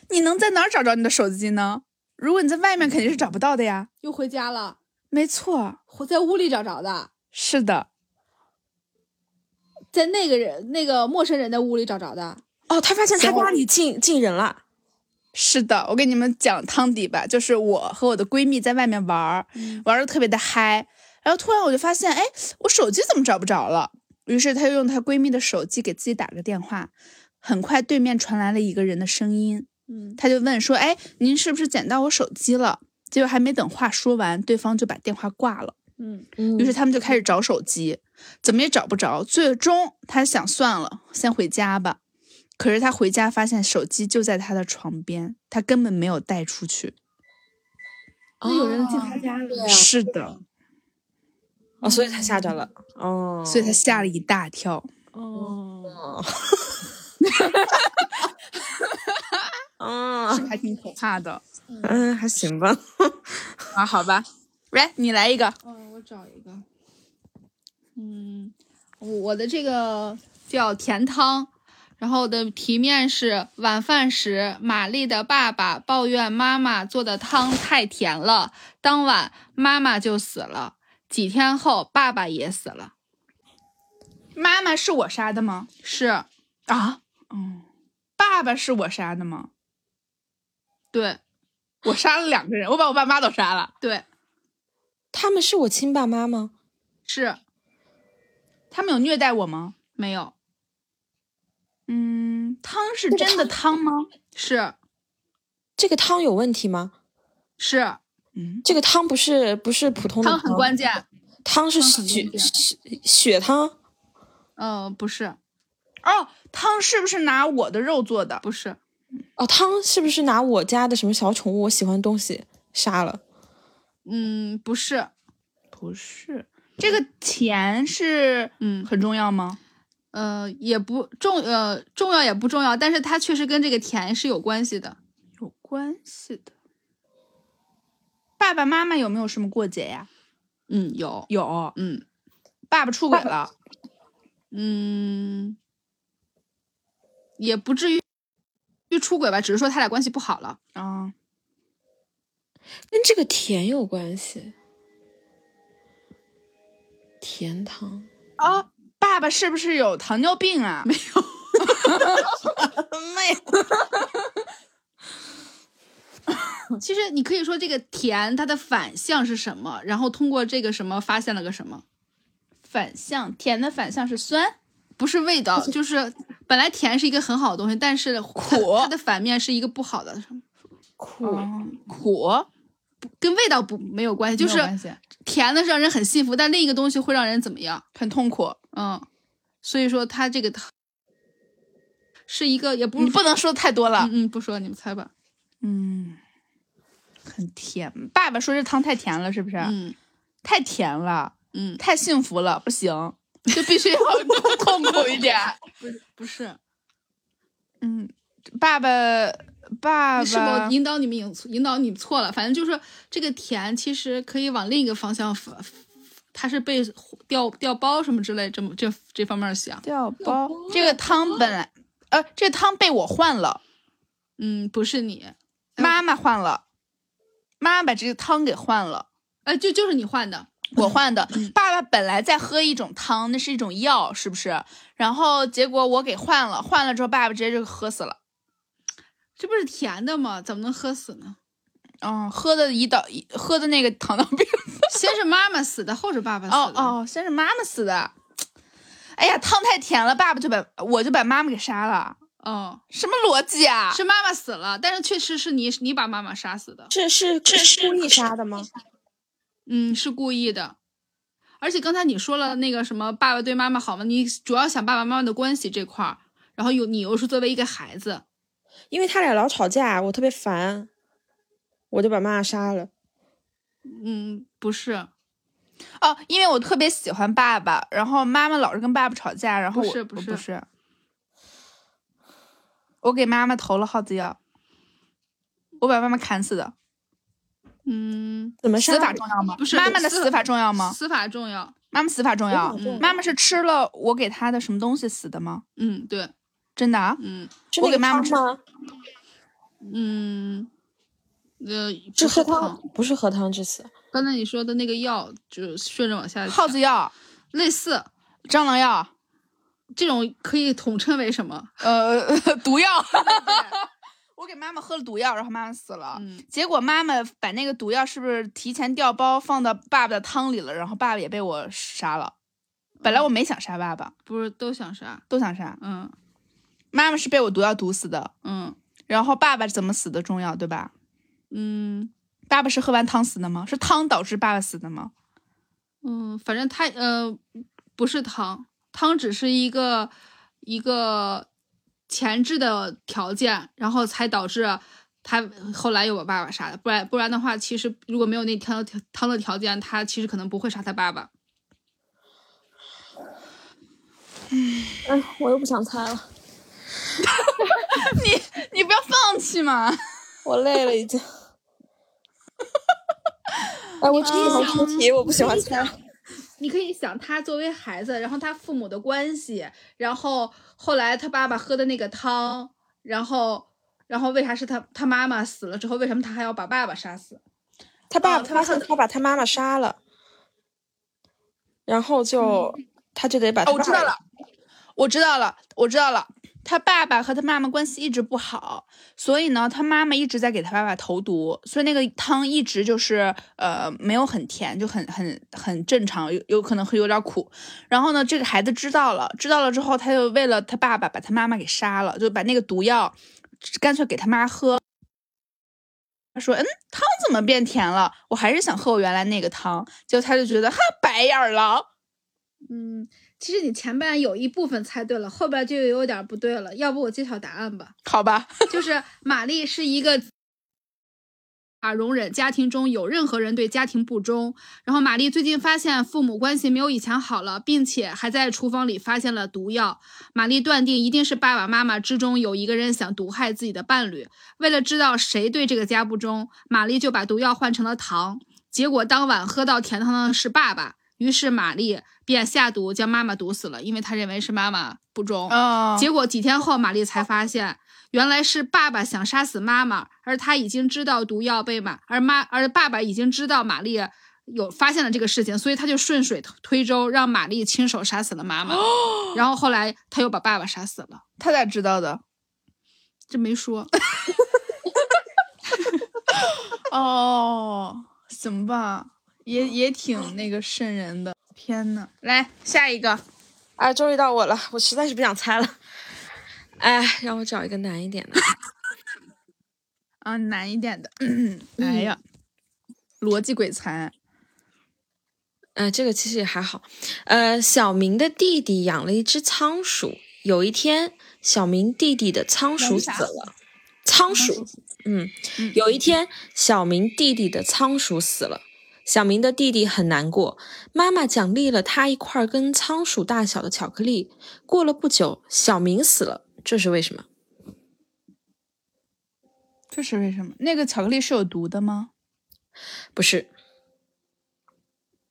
[SPEAKER 2] 你能在哪儿找着你的手机呢？如果你在外面，肯定是找不到的呀。
[SPEAKER 3] 又回家了，
[SPEAKER 2] 没错，
[SPEAKER 3] 回在屋里找着的，
[SPEAKER 2] 是的。
[SPEAKER 3] 在那个人那个陌生人的屋里找着的。
[SPEAKER 1] 哦，他发现他
[SPEAKER 2] 行
[SPEAKER 1] 家里进进人了，
[SPEAKER 2] 是的，我给你们讲汤底吧，就是我和我的闺蜜在外面玩儿，玩的特别的嗨，然后突然我就发现，哎，我手机怎么找不着了？于是她就用她闺蜜的手机给自己打了个电话，很快对面传来了一个人的声音，
[SPEAKER 3] 嗯，
[SPEAKER 2] 她就问说，哎，您是不是捡到我手机了？结果还没等话说完，对方就把电话挂了。
[SPEAKER 3] 嗯，
[SPEAKER 1] 嗯
[SPEAKER 2] 于是他们就开始找手机，怎么也找不着。最终他想算了，先回家吧。可是他回家发现手机就在他的床边，他根本没有带出去。
[SPEAKER 1] 哦
[SPEAKER 3] 那有人进他家
[SPEAKER 1] 对
[SPEAKER 3] 了，
[SPEAKER 1] 啊
[SPEAKER 2] 是的，
[SPEAKER 1] 哦，所以他吓着了，哦，
[SPEAKER 2] 所 以他吓了一大跳。
[SPEAKER 3] 哦，
[SPEAKER 1] 哦，
[SPEAKER 3] 啊
[SPEAKER 1] 嗯
[SPEAKER 2] 还挺可怕的
[SPEAKER 1] 嗯，还行吧。
[SPEAKER 2] 啊？好吧，来你来一个。
[SPEAKER 3] 嗯，我找一个，嗯，我我的这个叫甜汤，然后我的题面是晚饭时，玛丽的爸爸抱怨妈妈做的汤太甜了，当晚妈妈就死了，几天后爸爸也死了，
[SPEAKER 2] 妈妈是我杀的吗？
[SPEAKER 3] 是
[SPEAKER 2] 啊，嗯。爸爸是我杀的吗？
[SPEAKER 3] 对
[SPEAKER 2] 我杀了两个人，我把我爸妈都杀了。
[SPEAKER 3] 对
[SPEAKER 1] 他们是我亲爸妈吗？
[SPEAKER 3] 是
[SPEAKER 2] 他们有虐待我吗？
[SPEAKER 3] 没有
[SPEAKER 2] 嗯，汤是真的汤吗？
[SPEAKER 3] 是
[SPEAKER 1] 这个汤有问题吗？
[SPEAKER 3] 是
[SPEAKER 2] 嗯，
[SPEAKER 1] 这个汤不是不是普通的
[SPEAKER 3] 汤很关键，
[SPEAKER 1] 汤是
[SPEAKER 2] 汤很
[SPEAKER 1] 血
[SPEAKER 2] 关键
[SPEAKER 1] 血血汤，
[SPEAKER 3] 嗯、不是
[SPEAKER 2] 呃哦，汤是不是拿我的肉做的？
[SPEAKER 3] 不是
[SPEAKER 1] 哦，汤是不是拿我家的什么小宠物我喜欢的东西杀了？
[SPEAKER 3] 嗯不是
[SPEAKER 2] 不是，这个甜是
[SPEAKER 3] 嗯
[SPEAKER 2] 很重要吗？
[SPEAKER 3] 呃，也不重呃重要也不重要，但是它确实跟这个甜是有关系的。
[SPEAKER 2] 有关系的。爸爸妈妈有没有什么过节呀？
[SPEAKER 3] 嗯，有，
[SPEAKER 2] 有，
[SPEAKER 3] 嗯
[SPEAKER 2] 爸爸出轨了，
[SPEAKER 3] 嗯，也不至于于出轨吧，只是说他俩关系不好了。
[SPEAKER 2] 啊，
[SPEAKER 1] 跟这个甜有关系。甜汤
[SPEAKER 2] 哦，爸爸是不是有糖尿病啊？ 没有，
[SPEAKER 1] 没有，
[SPEAKER 2] 嗯
[SPEAKER 3] 其实你可以说这个甜它的反向是什么，然后通过这个什么发现了个什么，
[SPEAKER 2] 反向甜的反向是酸，
[SPEAKER 3] 不是味道，就是本来甜是一个很好的东西，但是苦它的反面是一个不好的什么，
[SPEAKER 1] 苦
[SPEAKER 2] 哦苦
[SPEAKER 3] 跟味道不没有关系，就
[SPEAKER 2] 没
[SPEAKER 3] 是
[SPEAKER 2] 有关系
[SPEAKER 3] 甜的是让人很幸福，但另一个东西会让人怎么样？
[SPEAKER 2] 很痛苦。
[SPEAKER 3] 嗯，所以说它这个是一个，也不
[SPEAKER 2] 你
[SPEAKER 3] 是
[SPEAKER 2] 不能说太多了。
[SPEAKER 3] 嗯嗯，不说，你们猜吧。
[SPEAKER 2] 嗯，很甜。爸爸说这汤太甜了，是不是？啊
[SPEAKER 3] 嗯
[SPEAKER 2] 太甜了。
[SPEAKER 3] 嗯，
[SPEAKER 2] 太幸福了，不行，就必须要痛苦一点。
[SPEAKER 3] 不是，
[SPEAKER 2] 嗯，爸爸，爸
[SPEAKER 3] 是我
[SPEAKER 2] 爸，
[SPEAKER 3] 引导你们引错引导你们错了。反正就是这个甜，其实可以往另一个方向发，它是被调调包什么之类，这么这这方面想。
[SPEAKER 2] 掉包。啊这个汤本来，呃，这个汤被我换了，
[SPEAKER 3] 嗯，不是你，
[SPEAKER 2] 妈妈换了，妈妈把这个汤给换了，
[SPEAKER 3] 哎，就就是你换的。
[SPEAKER 2] 我换的。爸爸本来在喝一种汤，那是一种药，是不是？然后结果我给换了，换了之后爸爸直接就喝死了。
[SPEAKER 3] 这不是甜的吗？怎么能喝死呢？
[SPEAKER 2] 嗯，喝的胰岛，喝的那个糖尿 病。
[SPEAKER 3] 先是妈妈死的，后是爸爸死的。
[SPEAKER 2] 哦哦，先是妈妈死的。哎呀，汤太甜了，爸爸就把我就把妈妈给杀了，
[SPEAKER 3] 哦，
[SPEAKER 2] 什么逻辑啊？
[SPEAKER 3] 是妈妈死了，但是确实是你你把妈妈杀死的。
[SPEAKER 1] 是是是故意杀的吗？
[SPEAKER 3] 嗯，是故意的。而且刚才你说了那个什么爸爸对妈妈好吗？你主要想爸爸妈妈的关系这块儿，然后有你又是作为一个孩子，
[SPEAKER 1] 因为他俩老吵架，我特别烦，我就把妈妈杀了。
[SPEAKER 3] 嗯，不是，
[SPEAKER 2] 哦，因为我特别喜欢爸爸，然后妈妈老是跟爸爸吵架，然后
[SPEAKER 3] 不
[SPEAKER 2] 我
[SPEAKER 3] 是不
[SPEAKER 2] 不
[SPEAKER 3] 是
[SPEAKER 2] 不是，我给妈妈投了耗子药，我把妈妈砍死的，
[SPEAKER 3] 嗯，
[SPEAKER 1] 怎么
[SPEAKER 2] 死
[SPEAKER 1] 杀
[SPEAKER 2] 法
[SPEAKER 1] 的？
[SPEAKER 2] 重要吗？
[SPEAKER 3] 不是
[SPEAKER 2] 妈妈的
[SPEAKER 3] 死
[SPEAKER 2] 死法重要吗？
[SPEAKER 3] 死嗯法重要。
[SPEAKER 2] 妈妈死法重要嗯
[SPEAKER 1] 死法重要，
[SPEAKER 2] 妈妈是吃了我给她的什么东西死的吗？
[SPEAKER 3] 嗯，对，
[SPEAKER 2] 真的啊？
[SPEAKER 3] 嗯
[SPEAKER 1] 是
[SPEAKER 2] 我
[SPEAKER 1] 那
[SPEAKER 2] 给
[SPEAKER 1] 个
[SPEAKER 2] 妈妈
[SPEAKER 1] 汤吗？
[SPEAKER 3] 嗯，呃，
[SPEAKER 1] 是
[SPEAKER 3] 不
[SPEAKER 1] 喝
[SPEAKER 3] 疼
[SPEAKER 1] 汤，。不是喝汤致死。
[SPEAKER 3] 刚才你说的那个药，就是顺着往下讲，
[SPEAKER 2] 耗子药、
[SPEAKER 3] 类似
[SPEAKER 2] 蟑螂药、
[SPEAKER 3] 这种可以统称为什么？
[SPEAKER 2] 呃，毒药。 我给妈妈喝了毒药，然后妈妈死了。
[SPEAKER 3] 嗯
[SPEAKER 2] 结果妈妈把那个毒药是不是提前调包放到爸爸的汤里了？然后爸爸也被我杀了。本
[SPEAKER 3] 嗯
[SPEAKER 2] 来我没想杀爸爸，
[SPEAKER 3] 不是都想杀？
[SPEAKER 2] 都想杀。
[SPEAKER 3] 嗯
[SPEAKER 2] 妈妈是被我毒药毒死的，
[SPEAKER 3] 嗯
[SPEAKER 2] 然后爸爸怎么死的重要，对吧？
[SPEAKER 3] 嗯
[SPEAKER 2] 爸爸是喝完汤死的吗？是汤导致爸爸死的吗？
[SPEAKER 3] 嗯，反正他呃不是汤，汤只是一个一个前置的条件，然后才导致。他后来又把爸爸杀了，不然不然的话，其实如果没有那汤的汤的条件，他其实可能不会杀他爸爸。
[SPEAKER 1] 哎，我又不想猜了，
[SPEAKER 2] 你不要放弃嘛！
[SPEAKER 1] 我累了已经。哎，我真喜欢出题，我不喜欢猜。
[SPEAKER 3] 你可以想他作为孩子，然后他父母的关系，然后后来他爸爸喝的那个汤，然后然后为啥是他他妈妈死了之后，为什么他还要把爸爸杀死？
[SPEAKER 1] 他爸
[SPEAKER 3] 哦
[SPEAKER 1] 爸
[SPEAKER 3] 他
[SPEAKER 1] 发现他把他妈妈杀了，然后就他就得把他爸
[SPEAKER 2] 哦，我
[SPEAKER 1] 爸
[SPEAKER 2] 知道了， 我知道了，我知道了。他爸爸和他妈妈关系一直不好，所以呢，他妈妈一直在给他爸爸投毒，所以那个汤一直就是呃没有很甜，就很很很正常，有有可能会有点苦。然后呢，这个孩子知道了，知道了之后，他就为了他爸爸把他妈妈给杀了，就把那个毒药干脆给他妈喝。他说：“嗯，汤怎么变甜了？我还是想喝我原来那个汤。”结果他就觉得哈白眼狼，
[SPEAKER 3] 嗯，其实你前半有一部分猜对了，后边就有点不对了。要不我揭晓答案吧？
[SPEAKER 2] 好吧。
[SPEAKER 3] 就是玛丽是一个啊容忍家庭中有任何人对家庭不忠。然后玛丽最近发现父母关系没有以前好了，并且还在厨房里发现了毒药。玛丽断定一定是爸爸妈妈之中有一个人想毒害自己的伴侣。为了知道谁对这个家不忠，玛丽就把毒药换成了糖。结果当晚喝到甜汤的是爸爸，于是玛丽便下毒将妈妈毒死了，因为她认为是妈妈不忠。
[SPEAKER 2] 啊
[SPEAKER 3] 结果几天后，玛丽才发现，原来是爸爸想杀死妈妈，而她已经知道毒药被玛，而妈而爸爸已经知道玛丽有发现了这个事情，所以他就顺水推舟，让玛丽亲手杀死 了妈妈。然后后来他又把爸爸杀死了，
[SPEAKER 2] 他咋知道的？
[SPEAKER 3] 这没说。
[SPEAKER 2] 哦，行吧，也也挺那个瘆人的。天呐， 来下一个，
[SPEAKER 1] 哎，终于到我了，我实在是不想猜了。哎，让我找一个难一点的。
[SPEAKER 2] 啊，难一点的。 哎呀，逻辑鬼才，
[SPEAKER 1] 呃，这个其实也还好。呃，小明的弟弟养了一只仓鼠，有一天，小明弟弟的仓
[SPEAKER 2] 养
[SPEAKER 1] 鼠死
[SPEAKER 2] 啥
[SPEAKER 1] 了。仓鼠，嗯
[SPEAKER 2] 嗯，
[SPEAKER 1] 有一天，小明弟弟的仓鼠死了。小明的弟弟很难过，妈妈奖励了他一块跟仓鼠大小的巧克力。过了不久，小明死了，这是为什么？
[SPEAKER 2] 这是为什么？那个巧克力是有毒的吗？
[SPEAKER 1] 不是，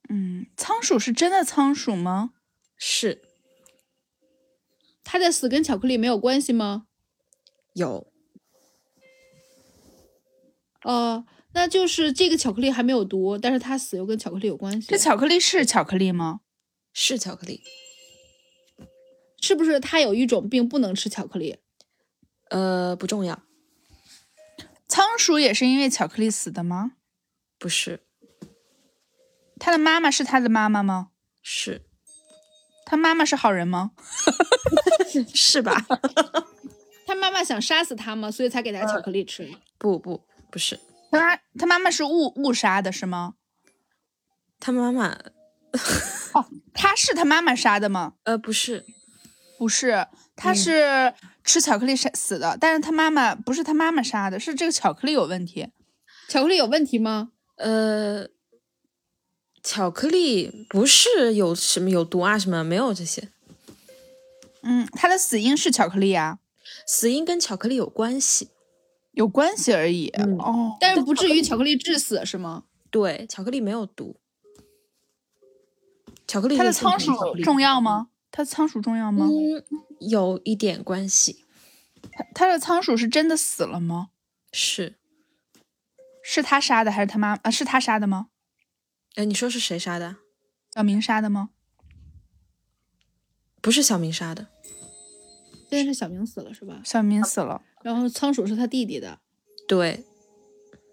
[SPEAKER 2] 嗯，仓鼠是真的仓鼠吗？
[SPEAKER 1] 是
[SPEAKER 3] 他的死跟巧克力没有关系吗？
[SPEAKER 1] 有
[SPEAKER 3] 哦，那就是这个巧克力还没有毒，但是他死又跟巧克力有关系
[SPEAKER 2] 这巧克力是巧克力吗？
[SPEAKER 1] 是巧克力，
[SPEAKER 3] 是不是他有一种病不能吃巧克力？
[SPEAKER 1] 呃，不重要，
[SPEAKER 2] 仓鼠也是因为巧克力死的吗？
[SPEAKER 1] 不是，
[SPEAKER 2] 他的妈妈是他的妈妈吗？
[SPEAKER 1] 是
[SPEAKER 2] 他妈妈是好人吗？
[SPEAKER 1] 是吧？
[SPEAKER 3] 他妈妈想杀死他吗？所以才给他巧克力吃。
[SPEAKER 1] 不不不是，
[SPEAKER 2] 他妈他妈妈是误误杀的是吗？
[SPEAKER 1] 他妈妈，
[SPEAKER 2] 他是他妈妈杀的吗？
[SPEAKER 1] 呃，不是，
[SPEAKER 2] 不是，他
[SPEAKER 1] 嗯
[SPEAKER 2] 是吃巧克力杀死的，但是他妈妈不是他妈妈杀的，是这个巧克力有问题。
[SPEAKER 3] 巧克力有问题吗？
[SPEAKER 1] 呃，巧克力不是有什么有毒啊什么没有这些，
[SPEAKER 2] 嗯，他的死因是巧克力啊，
[SPEAKER 1] 死因跟巧克力有关系。
[SPEAKER 2] 有关系而已。
[SPEAKER 1] 嗯
[SPEAKER 2] 哦，
[SPEAKER 3] 但是不至于巧克力致死是吗？
[SPEAKER 1] 对，巧克力没有毒。巧克力
[SPEAKER 2] 他的
[SPEAKER 1] 就正常
[SPEAKER 2] 仓鼠
[SPEAKER 1] 巧克力
[SPEAKER 2] 重要？吗？他的仓鼠重要吗？
[SPEAKER 1] 嗯，有一点关系，
[SPEAKER 2] 他他的仓鼠是真的死了吗？
[SPEAKER 1] 是。
[SPEAKER 2] 是他杀的还是他妈啊？是他杀的吗？
[SPEAKER 1] 哎，你说是谁杀的？
[SPEAKER 2] 小明杀的吗？
[SPEAKER 1] 不是小明杀的，
[SPEAKER 3] 现在是小明死了是吧？
[SPEAKER 2] 小明死了，
[SPEAKER 3] 然后仓鼠是他弟弟的，
[SPEAKER 1] 对，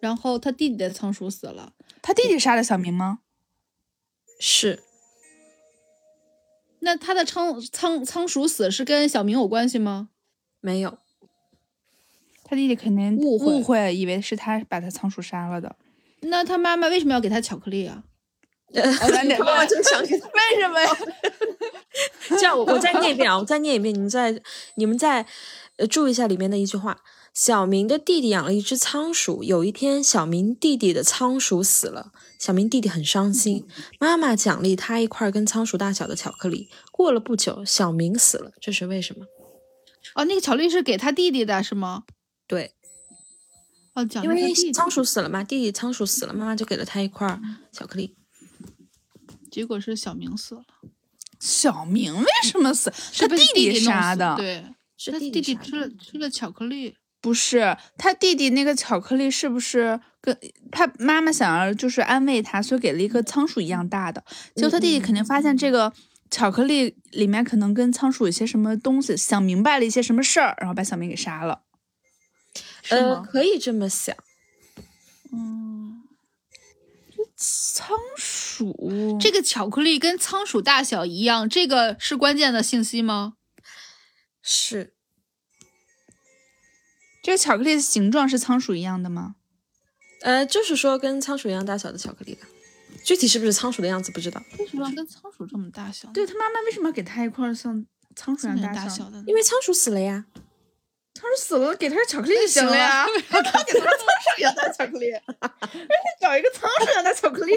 [SPEAKER 3] 然后他弟弟的仓鼠死了，
[SPEAKER 2] 他弟弟杀了小明吗？
[SPEAKER 1] 是
[SPEAKER 3] 那他的仓仓仓鼠死是跟小明有关系吗？
[SPEAKER 1] 没有，
[SPEAKER 2] 他弟弟肯定
[SPEAKER 3] 误会
[SPEAKER 2] 误会，以为是他把他仓鼠杀了的。
[SPEAKER 3] 那他妈妈为什么要给他巧克力
[SPEAKER 2] 哦
[SPEAKER 3] 啊？
[SPEAKER 1] 我就想给他。
[SPEAKER 2] 为什么呀？
[SPEAKER 1] 这样，我我再念一遍啊，我再念一遍，你们再你们再呃注意一下里面的一句话。小明的弟弟养了一只仓鼠，有一天，小明弟弟的仓鼠死了，小明弟弟很伤心，妈妈奖励他一块跟仓鼠大小的巧克力。过了不久，小明死了，这是为什么？
[SPEAKER 3] 哦，那个巧克力是给他弟弟的是吗？
[SPEAKER 1] 对，
[SPEAKER 3] 哦，奖
[SPEAKER 1] 因
[SPEAKER 3] 励他
[SPEAKER 1] 为
[SPEAKER 3] 弟弟。嗯
[SPEAKER 1] 仓鼠死了嘛，弟弟仓鼠死了，妈妈就给了他一块巧克力。
[SPEAKER 3] 结果是小明死了，
[SPEAKER 2] 小明为什么死？
[SPEAKER 3] 是
[SPEAKER 2] 他
[SPEAKER 3] 被
[SPEAKER 2] 弟
[SPEAKER 3] 弟弄
[SPEAKER 2] 杀
[SPEAKER 3] 死
[SPEAKER 2] 的，
[SPEAKER 3] 对，
[SPEAKER 1] 是
[SPEAKER 3] 他
[SPEAKER 1] 弟
[SPEAKER 3] 弟
[SPEAKER 1] 弟杀的
[SPEAKER 3] 吃了吃了巧克力，
[SPEAKER 2] 不是他弟弟那个巧克力是不是跟他妈妈想要就是安慰他，所以给了一个仓鼠一样大的。结果他弟弟肯定发现这个巧克力里面可能跟仓鼠有些什么东西，想明白了一些什么事儿，然后把小明给杀了。
[SPEAKER 3] 是
[SPEAKER 1] 呃，
[SPEAKER 3] 吗？
[SPEAKER 1] 可以这么想。
[SPEAKER 3] 嗯，
[SPEAKER 2] 仓鼠
[SPEAKER 3] 这个巧克力跟仓鼠大小一样，这个是关键的信息吗？
[SPEAKER 1] 是
[SPEAKER 2] 这个巧克力的形状是仓鼠一样的吗？
[SPEAKER 1] 呃，就是说跟仓鼠一样大小的巧克力吧，具体是不是仓鼠的样子不知道，
[SPEAKER 3] 为什么要跟仓鼠这么大小？
[SPEAKER 2] 对，他妈妈为什么要给他一块儿像仓鼠
[SPEAKER 3] 这
[SPEAKER 2] 一
[SPEAKER 3] 么
[SPEAKER 2] 样大
[SPEAKER 3] 大
[SPEAKER 2] 小
[SPEAKER 3] 小？的呢
[SPEAKER 1] 因为仓鼠死了呀。
[SPEAKER 2] 他说死了，给他巧克力就行了呀。他 给他仓鼠一样大巧克力， 让他找一个仓鼠一样大巧克力。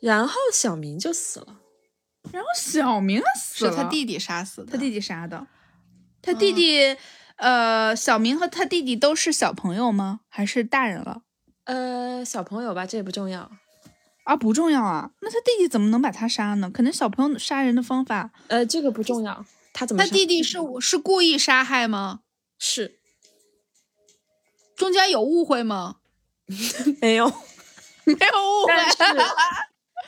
[SPEAKER 1] 然后小明就死了，
[SPEAKER 2] 然后小明死
[SPEAKER 3] 是
[SPEAKER 2] 了，
[SPEAKER 3] 他弟弟杀死的，
[SPEAKER 2] 他弟弟杀的，他弟弟、呃，小明和他弟弟都是小朋友吗？还是大人了？
[SPEAKER 1] 呃，小朋友吧，这也不重要。
[SPEAKER 2] 啊，不重要啊。那他弟弟怎么能把他杀呢？可能小朋友杀人的方法
[SPEAKER 1] 呃，这个不重要。他怎么
[SPEAKER 3] 他
[SPEAKER 1] 杀？
[SPEAKER 3] 弟弟是是故意杀害吗？
[SPEAKER 1] 是
[SPEAKER 3] 中间有误会吗？
[SPEAKER 1] 没有，
[SPEAKER 2] 没有误会。
[SPEAKER 1] 但是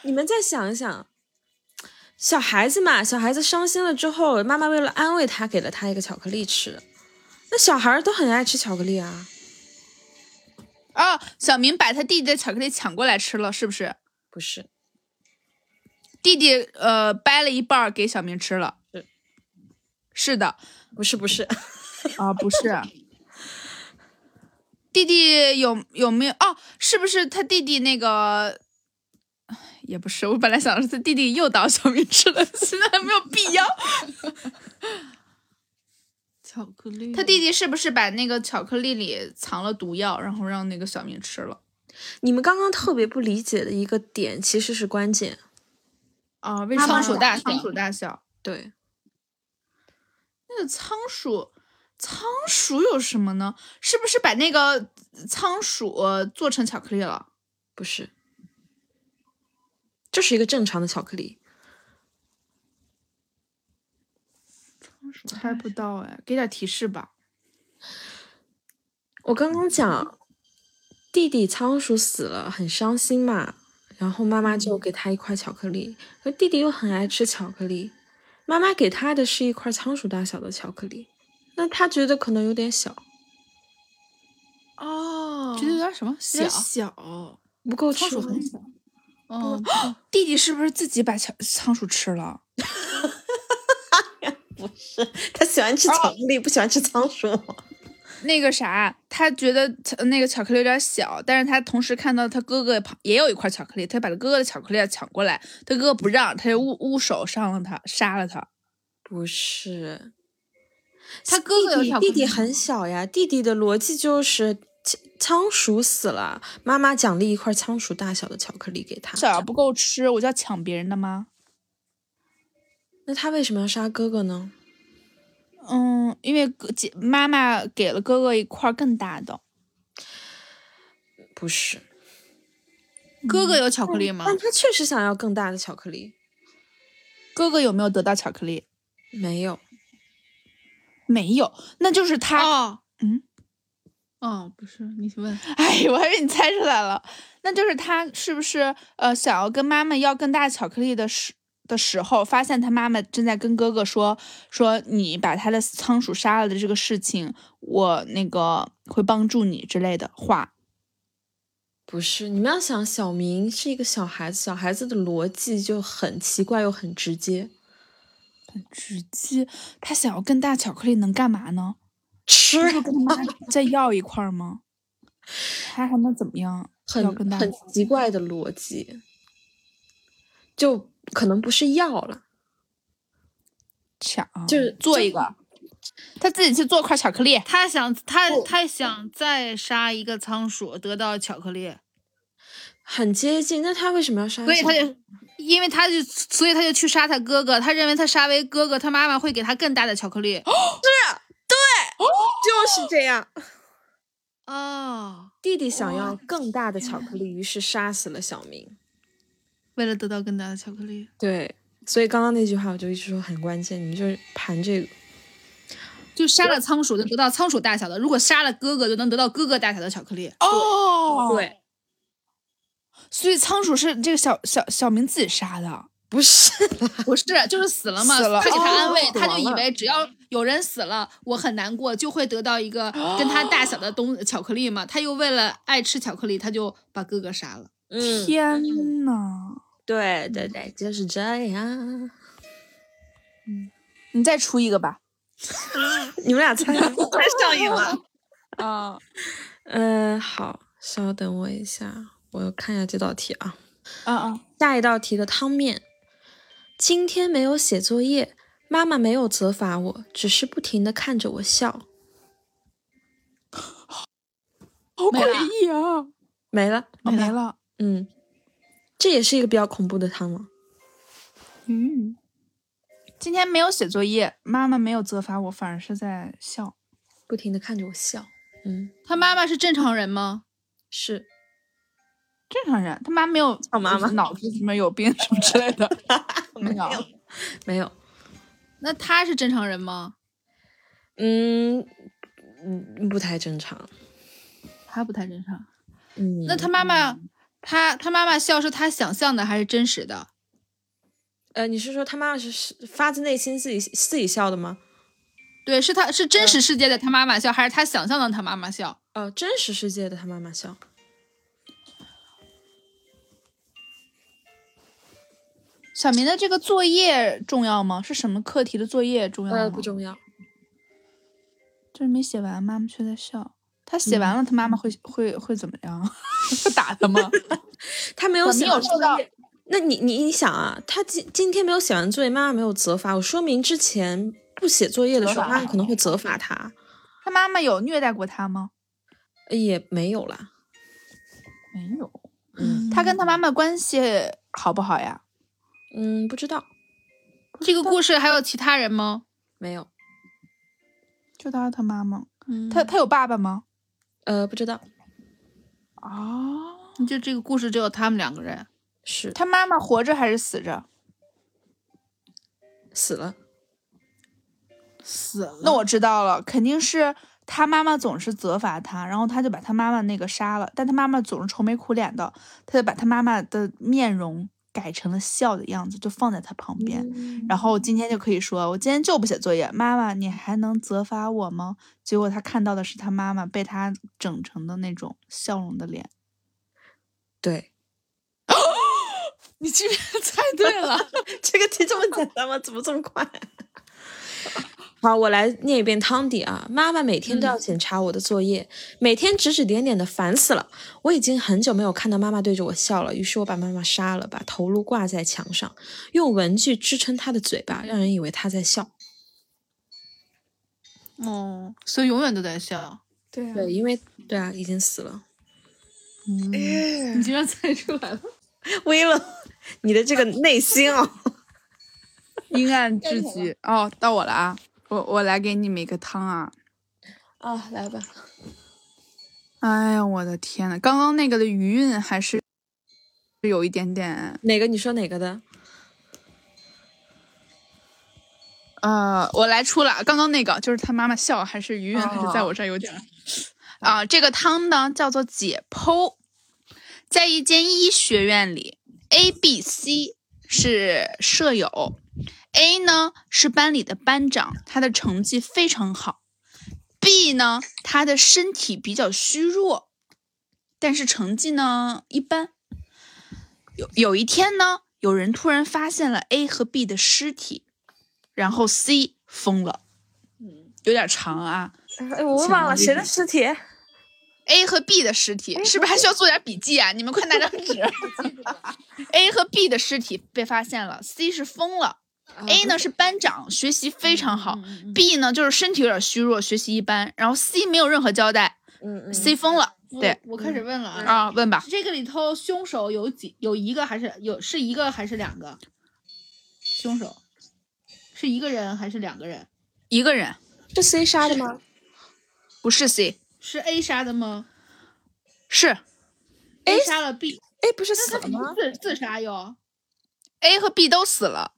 [SPEAKER 1] 你们再想一想，小孩子嘛，小孩子伤心了之后，妈妈为了安慰他，给了他一个巧克力吃。那小孩儿都很爱吃巧克力啊，
[SPEAKER 2] 哦，小明把他弟弟的巧克力抢过来吃了，是不是？
[SPEAKER 1] 不是？
[SPEAKER 2] 弟弟呃掰了一半儿给小明吃了。
[SPEAKER 1] 是
[SPEAKER 2] 是的，
[SPEAKER 1] 不是，不是，
[SPEAKER 2] 啊，不 是。弟弟有有没有？哦，是不是他弟弟那个？也不是，我本来想的是他弟弟诱导小明吃了，现在没有必 要。
[SPEAKER 3] 巧克力
[SPEAKER 2] 他弟弟是不是把那个巧克力里藏了毒药，然后让那个小明吃了？
[SPEAKER 1] 你们刚刚特别不理解的一个点，其实是关键。
[SPEAKER 2] 啊，为
[SPEAKER 3] 什么
[SPEAKER 2] 仓鼠大小，
[SPEAKER 3] 仓
[SPEAKER 2] 仓
[SPEAKER 3] 鼠
[SPEAKER 2] 鼠大小，
[SPEAKER 1] 对，
[SPEAKER 2] 那个仓鼠，仓鼠有什么呢？是不是把那个仓鼠呃做成巧克力了？
[SPEAKER 1] 不是，就是一个正常的巧克力。
[SPEAKER 2] 猜不到哎，给点提示吧。
[SPEAKER 1] 我刚刚
[SPEAKER 2] 嗯
[SPEAKER 1] 讲，弟弟仓鼠死了，很伤心嘛，然后妈妈
[SPEAKER 2] 嗯
[SPEAKER 1] 就给他一块巧克力，可弟弟又很爱吃巧克力，妈妈给他的是一块仓鼠大小的巧克力，那他觉得可能有点小，
[SPEAKER 2] 哦
[SPEAKER 3] 觉得有点什么
[SPEAKER 2] 有
[SPEAKER 3] 小
[SPEAKER 2] 点，小。
[SPEAKER 1] 不够吃。
[SPEAKER 3] 小。
[SPEAKER 2] 哦
[SPEAKER 3] 嗯，
[SPEAKER 2] 弟弟是不是自己把仓仓鼠吃了？
[SPEAKER 1] 哦他喜欢吃巧克力，不喜欢吃仓鼠。
[SPEAKER 2] 那个啥，他觉得巧那个巧克力有点小，但是他同时看到他哥哥旁也有一块巧克力，他把他哥哥的巧克力抢过来，他哥哥不让，他就捂捂手上了他，杀了他。
[SPEAKER 1] 不是，
[SPEAKER 3] 他哥哥有
[SPEAKER 1] 弟
[SPEAKER 3] 巧
[SPEAKER 1] 弟
[SPEAKER 3] 克力
[SPEAKER 1] 弟弟很小呀，弟弟的逻辑就是仓仓鼠死了，妈妈奖励一块仓鼠大小的巧克力给他。
[SPEAKER 2] 小不够吃，我就要抢别人的吗？
[SPEAKER 1] 那他为什么要杀哥哥呢？
[SPEAKER 2] 嗯，因为哥姐妈妈给了哥哥一块更大的，
[SPEAKER 1] 不是，
[SPEAKER 3] 哥
[SPEAKER 2] 嗯
[SPEAKER 3] 哥有巧克力吗？
[SPEAKER 1] 但他确实想要更大的巧克力。
[SPEAKER 2] 哥哥有没有得到巧克力？
[SPEAKER 1] 没有，
[SPEAKER 2] 没有，那就是他。
[SPEAKER 3] 哦，
[SPEAKER 2] 嗯，
[SPEAKER 3] 哦，不是，你问，
[SPEAKER 2] 哎，我还以为你猜出来了，那就是他是不是呃想要跟妈妈要更大巧克力的时的时候，发现他妈妈正在跟哥哥说说你把他的仓鼠杀了的这个事情，我那个会帮助你之类的话。
[SPEAKER 1] 不是。你们要想，小明是一个小孩子，小孩子的逻辑就很奇怪又很直接，
[SPEAKER 2] 直接他想要更大巧克力能干嘛呢？
[SPEAKER 1] 吃
[SPEAKER 2] 就跟他妈再要一块儿吗？他还能怎么样？要更
[SPEAKER 1] 很
[SPEAKER 2] 大
[SPEAKER 1] 很
[SPEAKER 2] 巧克力
[SPEAKER 1] 奇怪的逻辑，就可能不是要了。
[SPEAKER 2] 抢，
[SPEAKER 1] 就是
[SPEAKER 2] 做
[SPEAKER 1] 就
[SPEAKER 2] 一个，他自己去做块巧克力。
[SPEAKER 3] 他想他他想再杀一个仓鼠，得到巧克力，
[SPEAKER 1] 很接近，那他为什么要杀？
[SPEAKER 3] 所以他就， 因为他就，所以他就去杀他哥哥，他认为他杀为哥哥，他妈妈会给他更大的巧克力。
[SPEAKER 1] 就是这样。
[SPEAKER 3] 哦，
[SPEAKER 1] 弟弟想要更大的巧克力，于是杀死了小明。
[SPEAKER 3] 为了得到更大的巧克力，
[SPEAKER 1] 对，所以刚刚那句话我就一直说很关键，你们就是盘这个。
[SPEAKER 3] 就杀了仓鼠就得到仓鼠大小的，如果杀了哥哥就能得到哥哥大小的巧克力。
[SPEAKER 2] 哦，
[SPEAKER 1] 对，
[SPEAKER 2] 所以仓鼠是这个小小小明自己杀 的。啊
[SPEAKER 1] 不是，
[SPEAKER 3] 不是，就是死了嘛，
[SPEAKER 2] 死了
[SPEAKER 3] 他给他
[SPEAKER 2] 哦
[SPEAKER 3] 安慰，
[SPEAKER 1] 死
[SPEAKER 3] 他就
[SPEAKER 1] 亡
[SPEAKER 3] 以
[SPEAKER 1] 了
[SPEAKER 3] 为只要有人死了，我很难过，就会得到一个跟他大小的东巧克力嘛。他又为了爱吃巧克力，他就把哥哥杀了。
[SPEAKER 1] 嗯，
[SPEAKER 2] 天呐，
[SPEAKER 1] 对对对，就是这样。
[SPEAKER 2] 你再出一个吧。
[SPEAKER 1] 你们俩猜， 太上瘾了。
[SPEAKER 2] 啊、
[SPEAKER 1] 嗯，好，稍等我一下，我看一下这道题啊。
[SPEAKER 2] 啊啊！
[SPEAKER 1] 下一道题的汤面，今天没有写作业，妈妈没有责罚我，只是不停的看着我笑。
[SPEAKER 2] 好
[SPEAKER 3] 没了
[SPEAKER 2] 诡异啊！
[SPEAKER 1] 没了，
[SPEAKER 2] 哦，没了。
[SPEAKER 1] 嗯，这也是一个比较恐怖的汤了。
[SPEAKER 2] 嗯，今天没有写作业，妈妈没有责罚我，反而是在笑。
[SPEAKER 1] 不停的看着我笑。嗯，
[SPEAKER 3] 他妈妈是正常人吗？
[SPEAKER 1] 是
[SPEAKER 2] 正常人，他妈没有
[SPEAKER 1] 笑妈妈
[SPEAKER 2] 就是脑子什么有病什么之 类的，没有。
[SPEAKER 1] 没有？
[SPEAKER 3] 那他是正常人吗？
[SPEAKER 1] 嗯嗯，不太正常。
[SPEAKER 3] 他不太正常。
[SPEAKER 1] 嗯，
[SPEAKER 3] 那他妈妈，他他妈妈笑是他想象的还是真实的？
[SPEAKER 1] 呃，你是说他妈妈是是发自内心自己自己笑的吗？
[SPEAKER 3] 对，是他是真
[SPEAKER 1] 嗯
[SPEAKER 3] 实世界的他妈妈笑，还是他想象的他妈妈笑？
[SPEAKER 1] 呃，真实世界的他妈妈笑。
[SPEAKER 2] 小明的这个作业重要吗？是什么课题的作业重要吗？
[SPEAKER 1] 呃，不重要。
[SPEAKER 2] 就是没写完，妈妈却在笑。他写完了，他妈妈会会会怎么样？ 会打他吗？
[SPEAKER 1] 他没有
[SPEAKER 2] 我没
[SPEAKER 1] 写
[SPEAKER 2] 有
[SPEAKER 1] 完
[SPEAKER 2] 收
[SPEAKER 1] 作
[SPEAKER 2] 到
[SPEAKER 1] 业。那你你你想啊，他今今天没有写完作业，妈妈没有责罚我，说明之前不写作业的时
[SPEAKER 2] 责
[SPEAKER 1] 候，
[SPEAKER 2] 罚
[SPEAKER 1] 妈妈可能会责罚他，
[SPEAKER 2] 他妈妈有虐待过他吗？
[SPEAKER 1] 呃也没有啦。
[SPEAKER 2] 没有。
[SPEAKER 1] 嗯
[SPEAKER 2] 他跟他妈妈关系好不好呀？
[SPEAKER 1] 嗯，不知道，
[SPEAKER 3] 这个故事还有其他人吗？
[SPEAKER 1] 没有，
[SPEAKER 2] 就他他妈妈，
[SPEAKER 3] 嗯
[SPEAKER 2] 他他有爸爸吗？
[SPEAKER 1] 呃，不知道，
[SPEAKER 2] 哦，
[SPEAKER 3] 就这个故事只有他们两个人。
[SPEAKER 1] 是
[SPEAKER 2] 他妈妈活着还是死着？
[SPEAKER 1] 死了。
[SPEAKER 3] 死了
[SPEAKER 2] 那我知道了，肯定是他妈妈总是责罚他，然后他就把他妈妈那个杀了，但他妈妈总是愁眉苦脸的，他就把他妈妈的面容改成了笑的样子，就放在他旁
[SPEAKER 4] 嗯
[SPEAKER 2] 边。
[SPEAKER 1] 嗯
[SPEAKER 2] 然后今天就可以说，我今天就不写作业，妈妈，你还能责罚我吗？结果他看到的是他妈妈被他整成的那种笑容的脸。
[SPEAKER 1] 对，
[SPEAKER 2] 你居 然猜对了！
[SPEAKER 1] 这个题这么简单吗？怎么这么快？好，我来念一遍汤底啊。妈妈每天
[SPEAKER 2] 嗯
[SPEAKER 1] 都要检查我的作业，每天指指点点的，烦死了。我已经很久没有看到妈妈对着我笑了，于是我把妈妈杀了，把头颅挂在墙上，用文具支撑她的嘴巴，让人以为她在笑。
[SPEAKER 3] 哦，所以永远都在笑。
[SPEAKER 4] 对啊，
[SPEAKER 1] 对，因为对啊，已经死了。
[SPEAKER 2] 哎
[SPEAKER 3] 你竟然猜出来了，
[SPEAKER 1] 为了 你的这个内心哦，
[SPEAKER 2] 阴暗至极。哦，到我了啊，我我来给你们一个汤啊。
[SPEAKER 1] 啊，来吧，
[SPEAKER 2] 哎呀，我的天呐，刚刚那个的余韵还是有一点点
[SPEAKER 1] 哪个？你说哪个的？
[SPEAKER 2] 呃，我来出了，刚刚那个就是他妈妈笑，还是余韵，还是在我这儿有点儿。啊、这个汤呢叫做解剖，在一间医学院里，A、B、C 是舍友，A 呢是班里的班长，他的成绩非常好；B 呢，他的身体比较虚弱，但是成绩呢一般。有有一天呢，有人突然发现了 A 和 B 的尸体，然后 C 疯了，嗯有点长啊。
[SPEAKER 1] 哎，我忘了谁的尸体。
[SPEAKER 2] A 和 B 的尸体是不是还需要做点笔记啊？你们快拿张纸。A 和 B 的尸体被发现了，C 是疯了。A 呢是班长，学习非
[SPEAKER 3] 嗯
[SPEAKER 2] 常好。B 呢就是身体有点虚弱，学习一般。然后 C 没有任何交代
[SPEAKER 1] 嗯嗯
[SPEAKER 2] ，C 疯了。对
[SPEAKER 3] 我，我开始问了啊。
[SPEAKER 2] 啊，问吧。
[SPEAKER 3] 这个里头凶手有几？有一个还是有是一个还是两个？凶手是一个人还是两个人？
[SPEAKER 2] 一个人
[SPEAKER 1] 是 C 杀的吗
[SPEAKER 2] 不是 C，
[SPEAKER 3] 是 A 杀的吗
[SPEAKER 2] 是
[SPEAKER 1] ？A
[SPEAKER 3] ？A 杀了 B，
[SPEAKER 1] 哎，不是死了吗？
[SPEAKER 3] 自自杀哟。
[SPEAKER 2] A 和 B 都死了。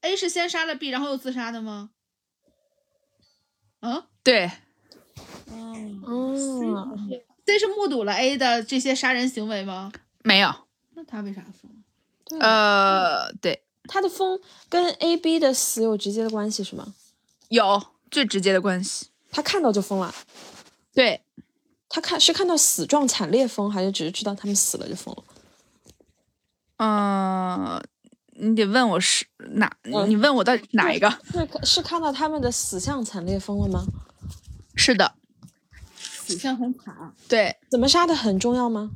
[SPEAKER 3] A 是先杀了 B，然后又自杀的吗？嗯
[SPEAKER 2] 对，
[SPEAKER 3] 嗯
[SPEAKER 1] 嗯，
[SPEAKER 3] ，C 是目睹了 A 的这些杀人行为吗？
[SPEAKER 2] 没有。
[SPEAKER 3] 那他为啥疯？
[SPEAKER 2] 呃，对，
[SPEAKER 1] 他的疯跟 A B 的死有直接的关系是吗？
[SPEAKER 2] 有最直接的关系。
[SPEAKER 1] 他看到就疯了，
[SPEAKER 2] 对，
[SPEAKER 1] 他看是看到死状惨烈疯，还是只是知道他们死了就疯了？
[SPEAKER 2] 嗯，你得问我是哪，
[SPEAKER 1] 嗯
[SPEAKER 2] 你问我到底是哪一个？
[SPEAKER 1] 是看是看到他们的死相惨烈疯了吗？
[SPEAKER 2] 是的，
[SPEAKER 3] 死相很惨，
[SPEAKER 2] 对，
[SPEAKER 1] 怎么杀的很重要吗？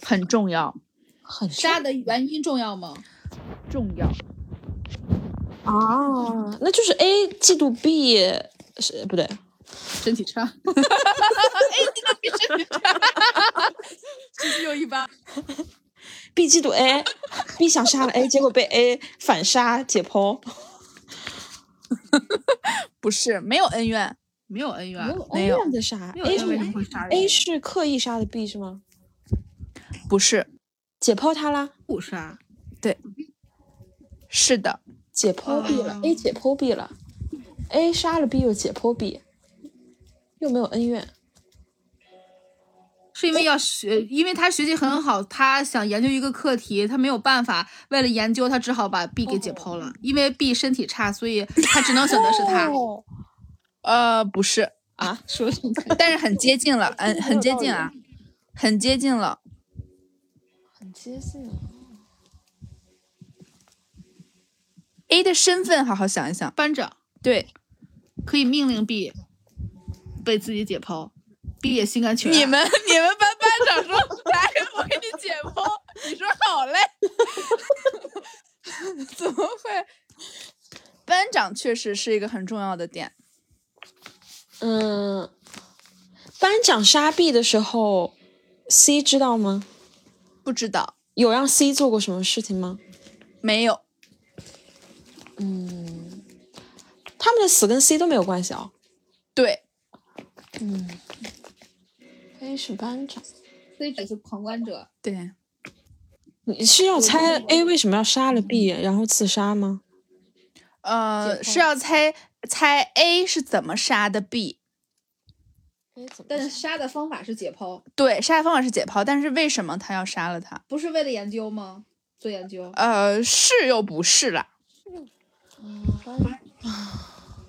[SPEAKER 2] 很重要，
[SPEAKER 1] 很重
[SPEAKER 3] 杀的原因重要吗？
[SPEAKER 2] 重要。
[SPEAKER 1] 啊，那就是 A 嫉妒 B 是不对，
[SPEAKER 3] 身体差。啊
[SPEAKER 2] 又一般。
[SPEAKER 1] B 嫉妒 A，B 想杀了 A，结果被 A 反杀解剖。
[SPEAKER 2] 不是，没有恩怨。
[SPEAKER 3] 没有恩怨，
[SPEAKER 2] 没有
[SPEAKER 1] 恩怨的杀
[SPEAKER 3] 没有恩
[SPEAKER 1] ，A
[SPEAKER 3] 怨为什么
[SPEAKER 1] 是
[SPEAKER 3] 会杀人
[SPEAKER 1] A 是刻意杀的 B 是吗？
[SPEAKER 2] 不是，
[SPEAKER 1] 解剖他啦，
[SPEAKER 3] 不杀。
[SPEAKER 2] 是的，
[SPEAKER 1] 解剖 B 了、
[SPEAKER 3] 哦
[SPEAKER 1] a 解剖 B 了，A 杀了 B 又解剖 B，又没有恩怨。
[SPEAKER 3] 是因为要学，因为他学习很好，他想研究一个课题，他没有办法，为了研究，他只好把 B 给解剖了。因为 B 身体差，所以他只能选择是他。
[SPEAKER 1] 哦
[SPEAKER 2] 呃，不是，
[SPEAKER 3] 啊， 说什么？
[SPEAKER 2] 但是很接 近了，嗯，很接近啊，很接近了。
[SPEAKER 1] 很接近。
[SPEAKER 2] A 的身份，好好想一想。
[SPEAKER 3] 班长
[SPEAKER 2] 对，
[SPEAKER 3] 可以命令 B 被自己解剖，B 也心甘情 愿。
[SPEAKER 2] 你 们你们班班长说来，我给你解剖，你说好嘞， 怎么会？班长确实是一个很重要的点，
[SPEAKER 1] 嗯，班长杀 B 的时候，C 知道吗？
[SPEAKER 2] 不知道
[SPEAKER 1] 有让 C 做过什么事情吗？
[SPEAKER 2] 没有
[SPEAKER 1] 他们的死跟 C 都没有关系啊、
[SPEAKER 2] 对
[SPEAKER 1] A 是班长，
[SPEAKER 3] C 只是旁观者，
[SPEAKER 2] 对，
[SPEAKER 1] 你是要猜 A 为什么要杀了 B，然后自杀吗？
[SPEAKER 2] 呃，
[SPEAKER 3] 解剖
[SPEAKER 2] 是要猜猜 A 是怎么杀的 B，
[SPEAKER 3] 但是杀的方法是解剖，
[SPEAKER 2] 对，杀的方法是解剖，但是为什么他要杀了他？
[SPEAKER 3] 不是为了研究吗？做研究
[SPEAKER 2] 呃，是又不是啦，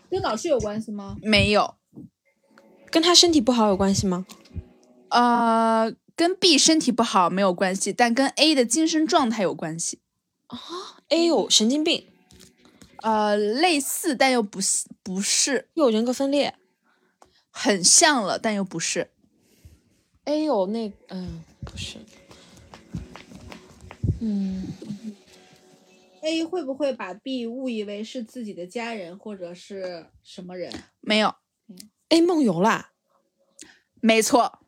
[SPEAKER 3] 跟老师有关系吗？
[SPEAKER 2] 没有，
[SPEAKER 1] 跟他身体不好有关系吗？
[SPEAKER 2] 呃，跟 B 身体不好没有关
[SPEAKER 1] 嗯
[SPEAKER 2] 系，但跟 A 的精神状态有关系。
[SPEAKER 1] A 有神经病，
[SPEAKER 2] 呃，类似但又不是不是，
[SPEAKER 1] 有人格分裂。
[SPEAKER 2] 很像了但又不是。
[SPEAKER 1] 哎呦，那嗯，不是，嗯，
[SPEAKER 3] A 会不会把 B 误以为是自己的家人或者是什么人？
[SPEAKER 2] 没有，
[SPEAKER 1] 哎，梦游啦，
[SPEAKER 2] 没错，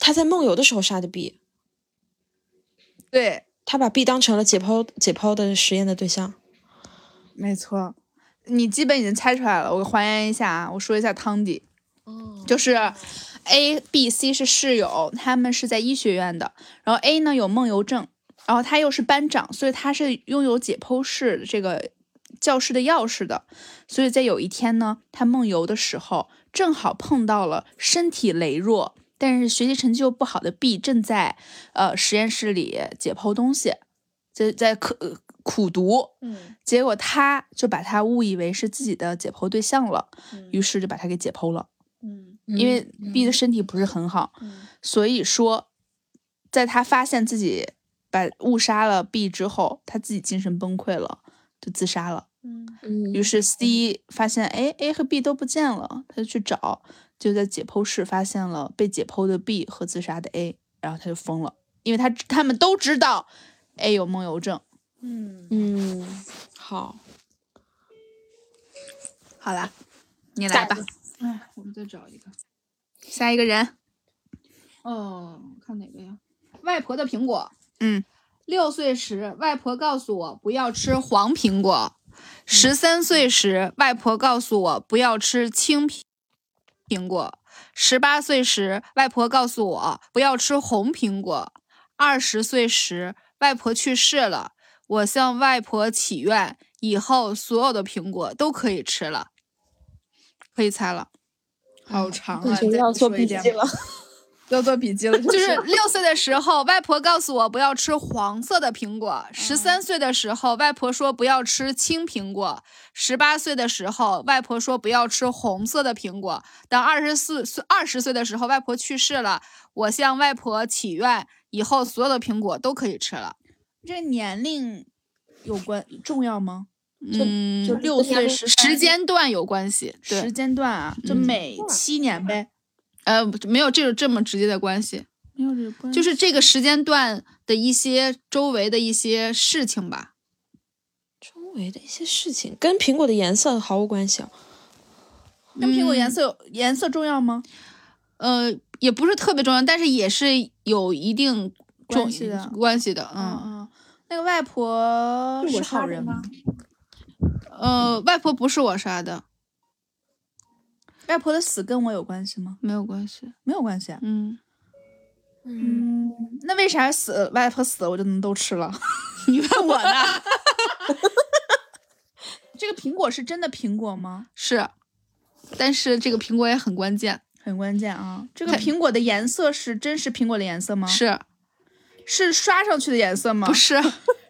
[SPEAKER 1] 他在梦游的时候杀的 B，
[SPEAKER 2] 对，
[SPEAKER 1] 他把 B 当成了解剖解剖的实验的对象。
[SPEAKER 2] 没错。你基本已经猜出来了，我还原一下啊，我说一下汤底。
[SPEAKER 1] 哦，
[SPEAKER 2] 就是 A、B、C 是室友，他们是在医学院的。然后 A 呢有梦游症，然后他又是班长，所以他是拥有解剖室这个教室的钥匙的。所以在有一天呢，他梦游的时候，正好碰到了身体羸弱，但是学习成绩又不好的 B 正在呃实验室里解剖东西，在在苦苦读。
[SPEAKER 3] 嗯，
[SPEAKER 2] 结果他就把他误以为是自己的解剖对象了，于是就把他给解剖了。
[SPEAKER 3] 嗯
[SPEAKER 2] 因为 B 的身体不是很好，
[SPEAKER 3] 嗯
[SPEAKER 2] 所以说，在他发现自己把误杀了 B 之后，他自己精神崩溃了，就自杀了。
[SPEAKER 3] 嗯
[SPEAKER 1] 嗯
[SPEAKER 2] 于是 C 发现，哎，A 和 B 都不见了，他就去找，就在解剖室发现了被解剖的 B 和自杀的 A，然后他就疯了，因为他他们都知道 A 有梦游症。
[SPEAKER 3] 嗯，
[SPEAKER 1] 嗯，好，
[SPEAKER 2] 好啦，你来吧，
[SPEAKER 3] 哎，我们再找一个。
[SPEAKER 2] 下一个人，
[SPEAKER 3] 哦，看哪个呀？外婆的苹果。
[SPEAKER 2] 嗯，
[SPEAKER 3] 六岁时，外婆告诉我不要吃黄苹果；
[SPEAKER 2] 嗯
[SPEAKER 3] 十三岁时，外婆告诉我不要吃青苹苹果；十八岁时，外婆告诉我不要吃红苹果；二十岁时，外婆去世了，我向外婆祈愿，以后所有的苹果都可以吃了。可 以猜了，
[SPEAKER 2] 嗯
[SPEAKER 3] 好长啊！再说一遍吧
[SPEAKER 1] 了。
[SPEAKER 2] 要做笔记 了，就
[SPEAKER 3] 就是是六岁的时候，外婆告诉我不要吃黄色的苹果；
[SPEAKER 2] 嗯
[SPEAKER 3] 十三岁的时候，外婆说不要吃青苹果；十八岁的时候，外婆说不要吃红色的苹果。等二十四岁、二十岁的时候，外婆去世了，我向外婆祈愿，以后所有的苹果都可以吃了。
[SPEAKER 2] 这年龄有关重要吗？
[SPEAKER 3] 嗯，
[SPEAKER 2] 就六岁十
[SPEAKER 3] 时间段有关系，
[SPEAKER 2] 时
[SPEAKER 3] 对，
[SPEAKER 2] 间段啊，就
[SPEAKER 3] 嗯
[SPEAKER 2] 每七年呗，
[SPEAKER 3] 呃，没有这种这么直接的关系，
[SPEAKER 2] 没有这个关
[SPEAKER 3] 就
[SPEAKER 2] 就是
[SPEAKER 3] 是这个时间段的一些周围的一些事情吧。
[SPEAKER 1] 周围的一些事情跟苹果的颜色毫无关系啊。
[SPEAKER 2] 跟苹果颜色有颜色重要吗？
[SPEAKER 3] 嗯呃，也不是特别重要，但是也是有一定重
[SPEAKER 2] 关系的
[SPEAKER 3] 关系的嗯，
[SPEAKER 2] 嗯，那个外婆是好人吗？嗯
[SPEAKER 3] 呃，外婆不是我杀的，
[SPEAKER 2] 外婆的死跟我有关系吗？
[SPEAKER 3] 没有关系。
[SPEAKER 2] 没有关系啊。
[SPEAKER 3] 嗯，
[SPEAKER 1] 嗯，
[SPEAKER 2] 嗯，那为啥死外婆死了我就能都吃了？ 你问我呢？ 这个苹果是真的苹果吗？
[SPEAKER 3] 是，但是这个苹果也很关键，
[SPEAKER 2] 很关键啊！这个
[SPEAKER 3] 它
[SPEAKER 2] 苹果的颜色是真实苹果的颜色吗？
[SPEAKER 3] 是
[SPEAKER 2] 是刷上去的颜色吗？
[SPEAKER 3] 不，是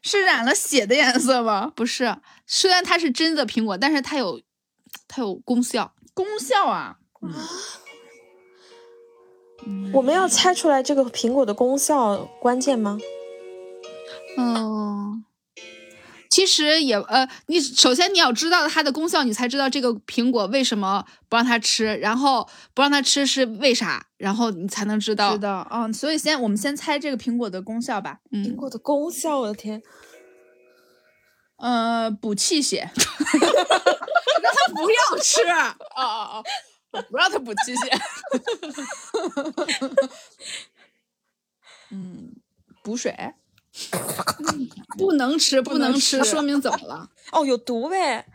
[SPEAKER 2] 是染了血的颜色吗？
[SPEAKER 3] 不是？虽然它是真的苹果，但是它有它有功效。
[SPEAKER 2] 功效啊！
[SPEAKER 1] 我们要猜出来这个苹果的功效关键吗？
[SPEAKER 3] 嗯。其实也呃，你首先你要知道它的功效，你才知道这个苹果为什么不让它吃，然后不让它吃是为啥，然后你才能知道。
[SPEAKER 2] 知道哦，所以先我们先猜这个苹果的功效吧。
[SPEAKER 1] 苹
[SPEAKER 3] 嗯，
[SPEAKER 1] 果的功效，我的天，
[SPEAKER 2] 呃，补气 血。
[SPEAKER 3] 不要吃。
[SPEAKER 2] 哦哦哦，不让他补气血。嗯，补水。
[SPEAKER 3] 不能吃，不
[SPEAKER 2] 能
[SPEAKER 3] 能吃，
[SPEAKER 2] 吃
[SPEAKER 3] 说明怎么了？
[SPEAKER 1] 哦，有毒呗！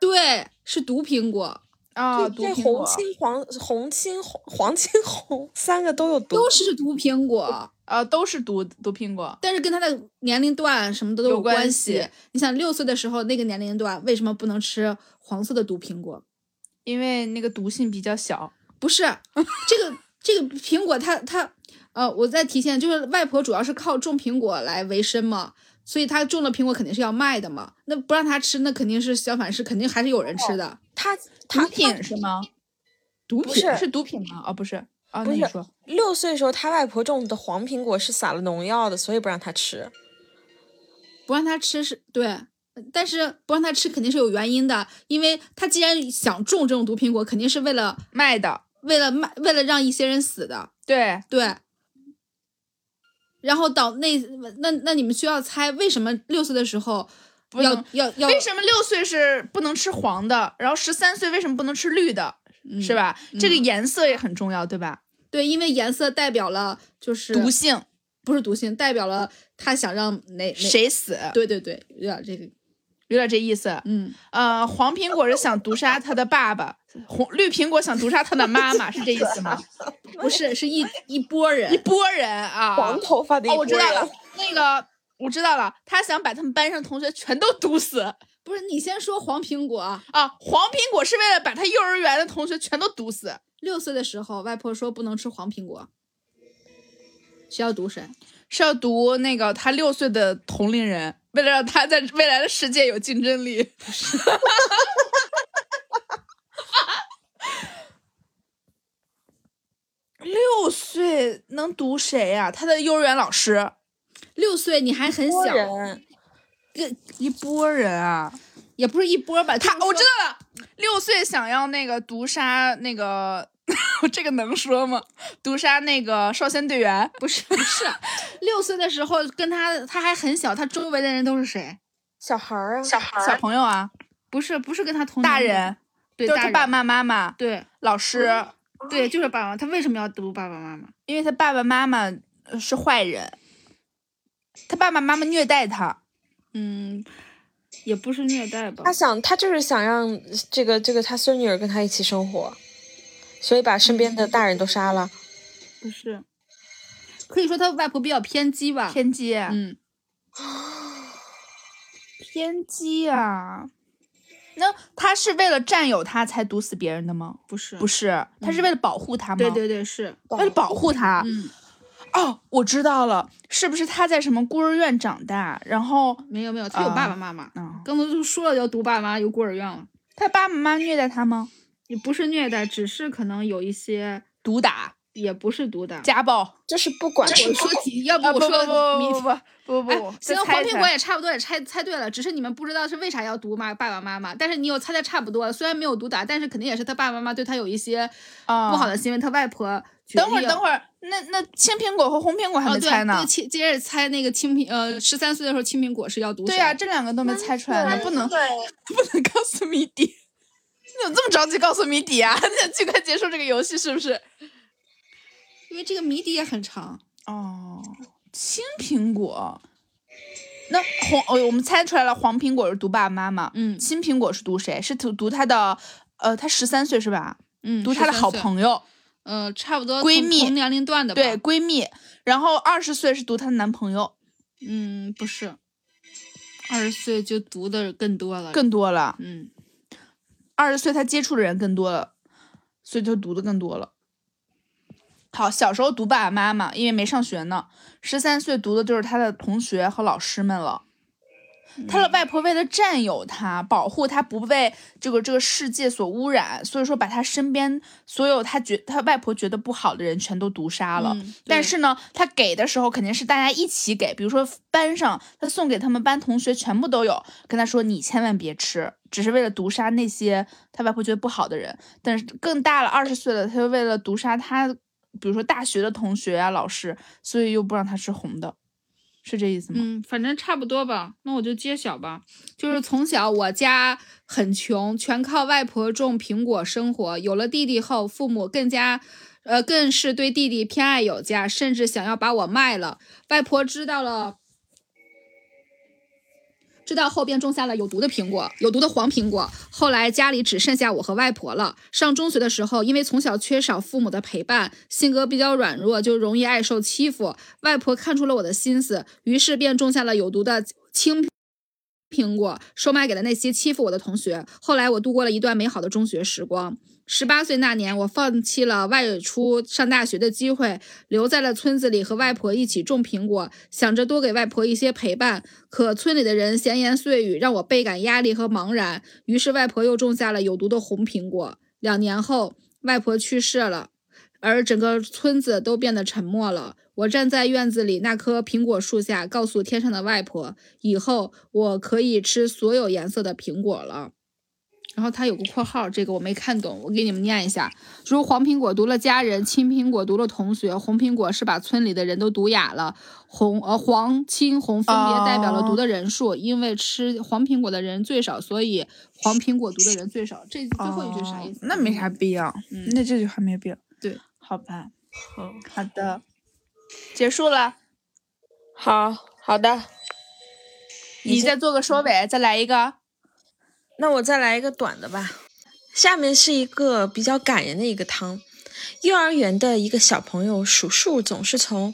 [SPEAKER 3] 对，是毒苹果，
[SPEAKER 2] 啊、
[SPEAKER 1] 这
[SPEAKER 2] 毒
[SPEAKER 1] 这
[SPEAKER 2] 苹
[SPEAKER 1] 红
[SPEAKER 2] 果。
[SPEAKER 1] 青黄红青黄黄青红三个都有毒，
[SPEAKER 3] 都是毒苹果，
[SPEAKER 2] 呃，都是毒毒苹果。
[SPEAKER 3] 但是跟它的年龄段什么的都
[SPEAKER 2] 有
[SPEAKER 3] 关
[SPEAKER 2] 关
[SPEAKER 3] 系。
[SPEAKER 2] 系
[SPEAKER 3] 你想，六岁的时候那个年龄段，为什么不能吃黄色的毒苹果？
[SPEAKER 2] 因为那个毒性比较小，
[SPEAKER 3] 不 是这个这个苹果它，它呃，我再提现，就是外婆主要是靠种苹果来维生嘛，所以她种了苹果肯定是要卖的嘛。那不让她吃，那肯定是相反是肯定还是有人吃的。
[SPEAKER 1] 它
[SPEAKER 2] 毒
[SPEAKER 1] 它
[SPEAKER 2] 品是吗？
[SPEAKER 3] 毒
[SPEAKER 1] 不
[SPEAKER 3] 品
[SPEAKER 1] 是
[SPEAKER 2] 是毒品吗？哦，不是，啊、
[SPEAKER 1] 不
[SPEAKER 2] 那你
[SPEAKER 1] 是
[SPEAKER 2] 说，
[SPEAKER 1] 六岁的时候，他外婆种的黄苹果是撒了农药的，所以不让他吃。
[SPEAKER 3] 不让她吃是对，但是不让他吃肯定是有原因的，因为他既然想种这种毒苹果，肯定是为了
[SPEAKER 2] 卖的，
[SPEAKER 3] 为了卖为了让一些人死的，
[SPEAKER 2] 对，
[SPEAKER 3] 对。然后导那那那你们需要猜为什么六岁的时候
[SPEAKER 2] 不
[SPEAKER 3] 要
[SPEAKER 2] 能。
[SPEAKER 3] 要要
[SPEAKER 2] 为什么六岁是不能吃黄的，然后十三岁为什么不能吃绿的，是吧？这个颜色也很重要，对吧？
[SPEAKER 3] 嗯对，因为颜色代表了就是
[SPEAKER 2] 毒性，
[SPEAKER 3] 不是毒性，代表了他想让哪哪
[SPEAKER 2] 谁死，
[SPEAKER 3] 对对对，有点这个
[SPEAKER 2] 有点这意思。
[SPEAKER 3] 嗯，
[SPEAKER 2] 呃，黄苹果是想毒杀他的爸爸，红绿苹果想毒杀他的妈妈，是这意思吗？
[SPEAKER 3] 不是 是一一波人
[SPEAKER 2] 一，拨人啊，
[SPEAKER 1] 黄头发的一
[SPEAKER 2] 哦，我
[SPEAKER 1] 拨
[SPEAKER 2] 知道了
[SPEAKER 1] 人，，
[SPEAKER 2] 那个我知道了，他想把他们班上同学全都毒死
[SPEAKER 3] 不是你先说黄苹果啊，
[SPEAKER 2] 啊！黄苹果是为了把他幼儿园的同学全都毒死，
[SPEAKER 3] 六岁的时候，外婆说不能吃黄苹果，谁要毒谁？
[SPEAKER 2] 是要毒那个他六岁的同龄人，为了让他在未来的世界有竞争力。六岁能毒谁呀、他的幼儿园老师
[SPEAKER 3] 六岁你还很
[SPEAKER 1] 拨
[SPEAKER 3] 小，
[SPEAKER 1] 人
[SPEAKER 2] 一波人啊！
[SPEAKER 3] 也不是一波吧？
[SPEAKER 2] 他
[SPEAKER 3] 就是
[SPEAKER 2] 我知
[SPEAKER 3] 说
[SPEAKER 2] 道了，六岁想要那个毒杀那 个，这个能说吗？毒杀那个少先队员不是
[SPEAKER 3] 六岁的时候跟他他还很小，他周围的人都是谁？
[SPEAKER 1] 小孩儿啊，小孩
[SPEAKER 2] 小朋友啊，
[SPEAKER 3] 不是不是跟他同龄
[SPEAKER 2] 大
[SPEAKER 3] 的
[SPEAKER 2] 人
[SPEAKER 3] 对
[SPEAKER 2] 就是
[SPEAKER 3] 大
[SPEAKER 2] 他
[SPEAKER 3] 人
[SPEAKER 2] 爸爸妈妈、
[SPEAKER 3] 对
[SPEAKER 2] 老师，
[SPEAKER 3] 对就是爸爸妈妈，他为什么要毒爸爸妈妈？
[SPEAKER 2] 哦因为他爸爸妈妈呃是坏人，他爸爸妈妈虐待他，
[SPEAKER 3] 嗯，也不是虐待吧
[SPEAKER 1] 他？想他就是想让这个这个他孙女儿跟他一起生活，所以把身边的大人都杀了。
[SPEAKER 3] 不是，可以说他外婆比较偏激吧？
[SPEAKER 2] 偏激，
[SPEAKER 3] 嗯，
[SPEAKER 2] 偏激啊！那他是为了占有他才毒死别人的吗？
[SPEAKER 3] 不是
[SPEAKER 2] 不是，他是为了保护他吗？
[SPEAKER 3] 对对对是，
[SPEAKER 2] 为了保护他。
[SPEAKER 3] 嗯，
[SPEAKER 2] 哦，我知道了，是不是他在什么孤儿院长大？然后，
[SPEAKER 3] 没有没有，他有
[SPEAKER 2] 啊
[SPEAKER 3] 爸爸妈妈。
[SPEAKER 2] 嗯，
[SPEAKER 3] 刚才就说了要读爸爸妈妈有孤儿院了，
[SPEAKER 2] 他爸爸妈妈虐待他吗？
[SPEAKER 3] 也不是虐待，只是可能有一些，
[SPEAKER 2] 毒打、
[SPEAKER 3] 也不是毒打。
[SPEAKER 2] 家暴？
[SPEAKER 1] 就是不管
[SPEAKER 3] 我说题，啊要不
[SPEAKER 2] 啊，不
[SPEAKER 3] 我
[SPEAKER 2] 不
[SPEAKER 3] 说
[SPEAKER 2] 不
[SPEAKER 3] 你
[SPEAKER 2] 不不不不
[SPEAKER 3] 哎
[SPEAKER 2] 不，
[SPEAKER 3] 行，
[SPEAKER 2] 再
[SPEAKER 3] 黄
[SPEAKER 2] 猜一
[SPEAKER 3] 苹
[SPEAKER 2] 猜
[SPEAKER 3] 果也差不多也猜猜对了，只是你们不知道是为啥要毒妈爸爸妈妈，但是你有猜的差不多了。虽然没有毒打，但是肯定也是他爸爸妈妈对他有一些
[SPEAKER 2] 啊
[SPEAKER 3] 不好的行为，他外婆决定。
[SPEAKER 2] 等会儿，等会儿，那那青苹果和红苹果还
[SPEAKER 3] 哦，
[SPEAKER 2] 没
[SPEAKER 3] 对，
[SPEAKER 2] 猜呢
[SPEAKER 3] 对。青接着猜那个青苹，呃，十三岁的时候青苹果是要毒
[SPEAKER 2] 对啊呀、
[SPEAKER 3] 呀、
[SPEAKER 2] 这两个都没猜出来呢，不能 不
[SPEAKER 4] 对，
[SPEAKER 2] 能告诉谜底。 你怎么这么着急告诉谜底啊？ 你想尽快结束这个游戏是不是？
[SPEAKER 3] 因为这个谜底也很长。
[SPEAKER 2] 哦，青苹果。那红，哦，我们猜出来了，黄苹果是毒爸妈妈，
[SPEAKER 3] 嗯
[SPEAKER 2] 青苹果是毒谁？是毒毒他的，呃，他十三岁是吧？
[SPEAKER 3] 嗯，
[SPEAKER 2] 毒他的好
[SPEAKER 3] 友，
[SPEAKER 2] 朋友，
[SPEAKER 3] 呃，差不多
[SPEAKER 2] 闺
[SPEAKER 3] 同
[SPEAKER 2] 蜜
[SPEAKER 3] 同年龄段的吧。
[SPEAKER 2] 对，闺蜜。然后二十岁是毒她的男朋友，
[SPEAKER 3] 嗯，不是，二十岁就读的更多了，
[SPEAKER 2] 更多了。
[SPEAKER 3] 嗯，
[SPEAKER 2] 二十岁他接触的人更多了，所以就读的更多了。好，小时候读爸爸妈妈，因为没上学呢。十三岁读的就是他的同学和老师们了。他的外婆为了占有他，保护他不被这个这个世界所污染，所以说把他身边所有他觉他外婆觉得不好的人全都毒杀了。
[SPEAKER 3] 嗯
[SPEAKER 2] 但
[SPEAKER 3] 对
[SPEAKER 2] 是呢，他给的时候肯定是大家一起给，比如说班上他送给他们班同学全部都有，跟他说你千万别吃，只是为了毒杀那些他外婆觉得不好的人。但是更大了，二十岁了，他就为了毒杀他，比如说大学的同学啊、老师，所以又不让他吃红的，是这意思吗？
[SPEAKER 3] 嗯，反正差不多吧。那我就揭晓吧，
[SPEAKER 2] 嗯
[SPEAKER 3] 就是从小我家很穷，全靠外婆种苹果生活。有了弟弟后，父母更加。呃，更是对弟弟偏爱有加，甚至想要把我卖了。外婆知道了，知道后便种下了有毒的苹果，有毒的黄苹果。后来家里只剩下我和外婆了。上中学的时候，因为从小缺少父母的陪伴，性格比较软弱，就容易爱受欺负。外婆看出了我的心思，于是便种下了有毒的青苹果，售卖给了那些欺负我的同学。后来我度过了一段美好的中学时光。十八岁那年，我放弃了外出上大学的机会，留在了村子里和外婆一起种苹果，想着多给外婆一些陪伴。可村里的人闲言碎语，让我倍感压力和茫然。于是外婆又种下了有毒的红苹果。两年后，外婆去世了。而整个村子都变得沉默了。我站在院子里那棵苹果树下，告诉天上的外婆，以后我可以吃所有颜色的苹果了。然后它有个括号，这个我没看懂，我给你们念一下：说黄苹果毒了家人，青苹果毒了同学，红苹果是把村里的人都毒哑了。红呃黄青红分别代表了毒的人数，因为吃黄苹果的人最少，所以黄苹果毒的人最少。这最后一句啥意思？
[SPEAKER 2] 哦那没啥必要，
[SPEAKER 3] 嗯
[SPEAKER 2] 那这句话没有必要。
[SPEAKER 3] 对，
[SPEAKER 2] 好吧，
[SPEAKER 1] 好，
[SPEAKER 2] 好的，结束了，
[SPEAKER 1] 好好的，
[SPEAKER 2] 你再做个收尾，再来一个。
[SPEAKER 1] 那我再来一个短的吧。下面是一个比较感人的一个汤。幼儿园的一个小朋友数数总是从，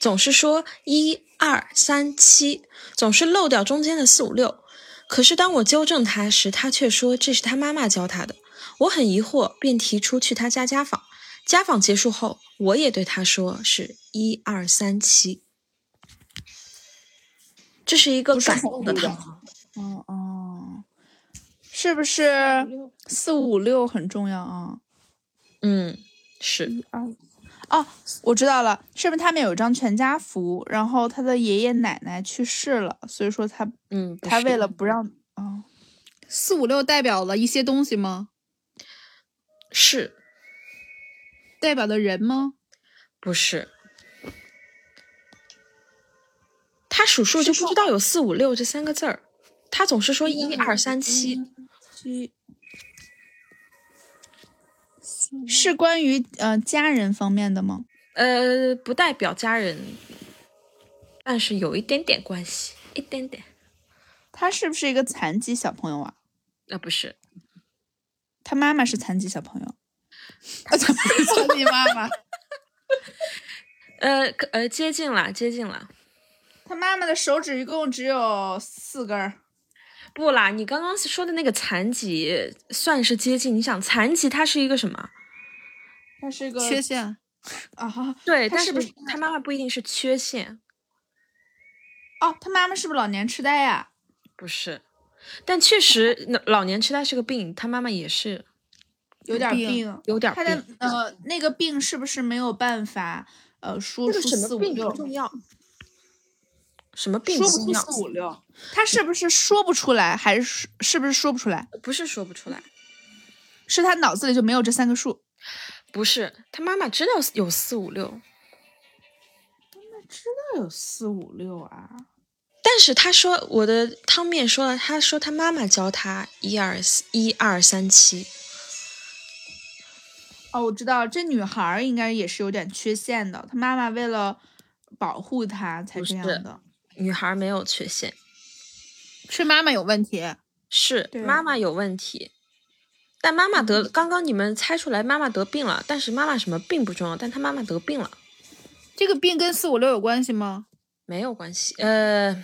[SPEAKER 1] 总是说一二三七，总是漏掉中间的四五六。可是当我纠正他时，他却说这是他妈妈教他的。我很疑惑，便提出去他家家访。家访结束后，我也对他说是一二三七。这是一个
[SPEAKER 2] 不是
[SPEAKER 1] 感
[SPEAKER 2] 恐
[SPEAKER 1] 动的
[SPEAKER 2] 怖的
[SPEAKER 1] 汤。
[SPEAKER 3] 啊
[SPEAKER 2] 哦哦，是不是四五六很重要啊？
[SPEAKER 1] 嗯，是。
[SPEAKER 2] 哦，我知道了，是不是他们有一张全家福？然后他的爷爷奶奶去世了，所以说他
[SPEAKER 1] 嗯，不
[SPEAKER 2] 他
[SPEAKER 1] 是
[SPEAKER 2] 为了不让哦，
[SPEAKER 3] 四五六代表了一些东西吗？
[SPEAKER 1] 是
[SPEAKER 3] 代表的人吗？
[SPEAKER 1] 不是？他数数就不知道有四五六这三个字儿，他总是说一二三七。
[SPEAKER 2] 是关于呃家人方面的吗？
[SPEAKER 1] 呃，不代表家人，但是有一点点关系，一点点。
[SPEAKER 2] 他是不是一个残疾小朋友啊？
[SPEAKER 1] 啊，不是，
[SPEAKER 2] 他妈妈是残疾小 朋友，
[SPEAKER 3] 说你妈妈，
[SPEAKER 1] 呃可呃，接近了，接近了。
[SPEAKER 2] 他妈妈的手指一共只有四根儿。
[SPEAKER 1] 不啦，你刚刚说的那个残疾算是接近。你想，残疾它是一个什么？
[SPEAKER 2] 他是个
[SPEAKER 3] 缺陷。
[SPEAKER 2] 啊哈
[SPEAKER 1] 对，
[SPEAKER 2] 它
[SPEAKER 1] 但
[SPEAKER 2] 是不是
[SPEAKER 1] 他妈妈不一定是缺陷？
[SPEAKER 2] 哦，他妈妈是不是老年痴呆呀、
[SPEAKER 1] 不是，但确实那老年痴呆是个病，他妈妈也是
[SPEAKER 2] 有点
[SPEAKER 3] 病
[SPEAKER 2] 病。
[SPEAKER 1] 有点
[SPEAKER 2] 他
[SPEAKER 1] 病
[SPEAKER 2] 的。呃那个病是不是没有办法呃说出四五六？
[SPEAKER 1] 要， 什么病
[SPEAKER 2] 说
[SPEAKER 1] 重
[SPEAKER 2] 不出
[SPEAKER 1] 要？
[SPEAKER 2] 四五六，他是不是说不出来，还是说是不是说不出来？
[SPEAKER 1] 不是说不出来，
[SPEAKER 2] 是他脑子里就没有这三个数？
[SPEAKER 1] 不是他妈妈知道有四五六，
[SPEAKER 2] 那有四五六啊？
[SPEAKER 1] 但是他说我的汤面说了，他说他妈妈教他一二四一二三七，
[SPEAKER 2] 哦，我知道，这女孩儿应该也是有点缺陷的，她妈妈为了保护她才
[SPEAKER 1] 不
[SPEAKER 2] 这样
[SPEAKER 1] 是
[SPEAKER 2] 的。
[SPEAKER 1] 女孩没有缺陷，
[SPEAKER 3] 是妈妈有问题，
[SPEAKER 1] 是
[SPEAKER 2] 对嗯
[SPEAKER 1] 妈妈有问题。但妈妈得，刚刚你们猜出来妈妈得病了，但是妈妈什么病不重要，但她妈妈得病了。
[SPEAKER 3] 这个病跟四五六有关系吗？
[SPEAKER 1] 没有关系，呃，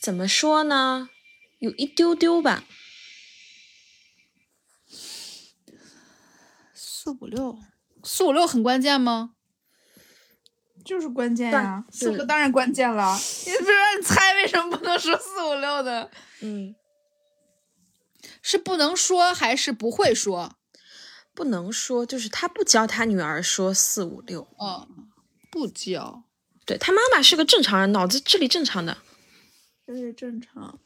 [SPEAKER 1] 怎么说呢？有一丢丢吧，
[SPEAKER 2] 四五六
[SPEAKER 3] 四五六很关键吗？
[SPEAKER 2] 就是关键
[SPEAKER 1] 但
[SPEAKER 2] 呀、
[SPEAKER 1] 是
[SPEAKER 2] 四五六当然关键了。你不是让你猜为什么不能说四五六的？
[SPEAKER 1] 嗯，
[SPEAKER 3] 是不能说还是不会说？
[SPEAKER 1] 不能说，就是他不教他女儿说四五六，
[SPEAKER 3] 哦，
[SPEAKER 2] 嗯
[SPEAKER 3] 不教。
[SPEAKER 1] 对他妈妈是个正常人，脑子智力正常的，
[SPEAKER 2] 这是正常。
[SPEAKER 3] 哦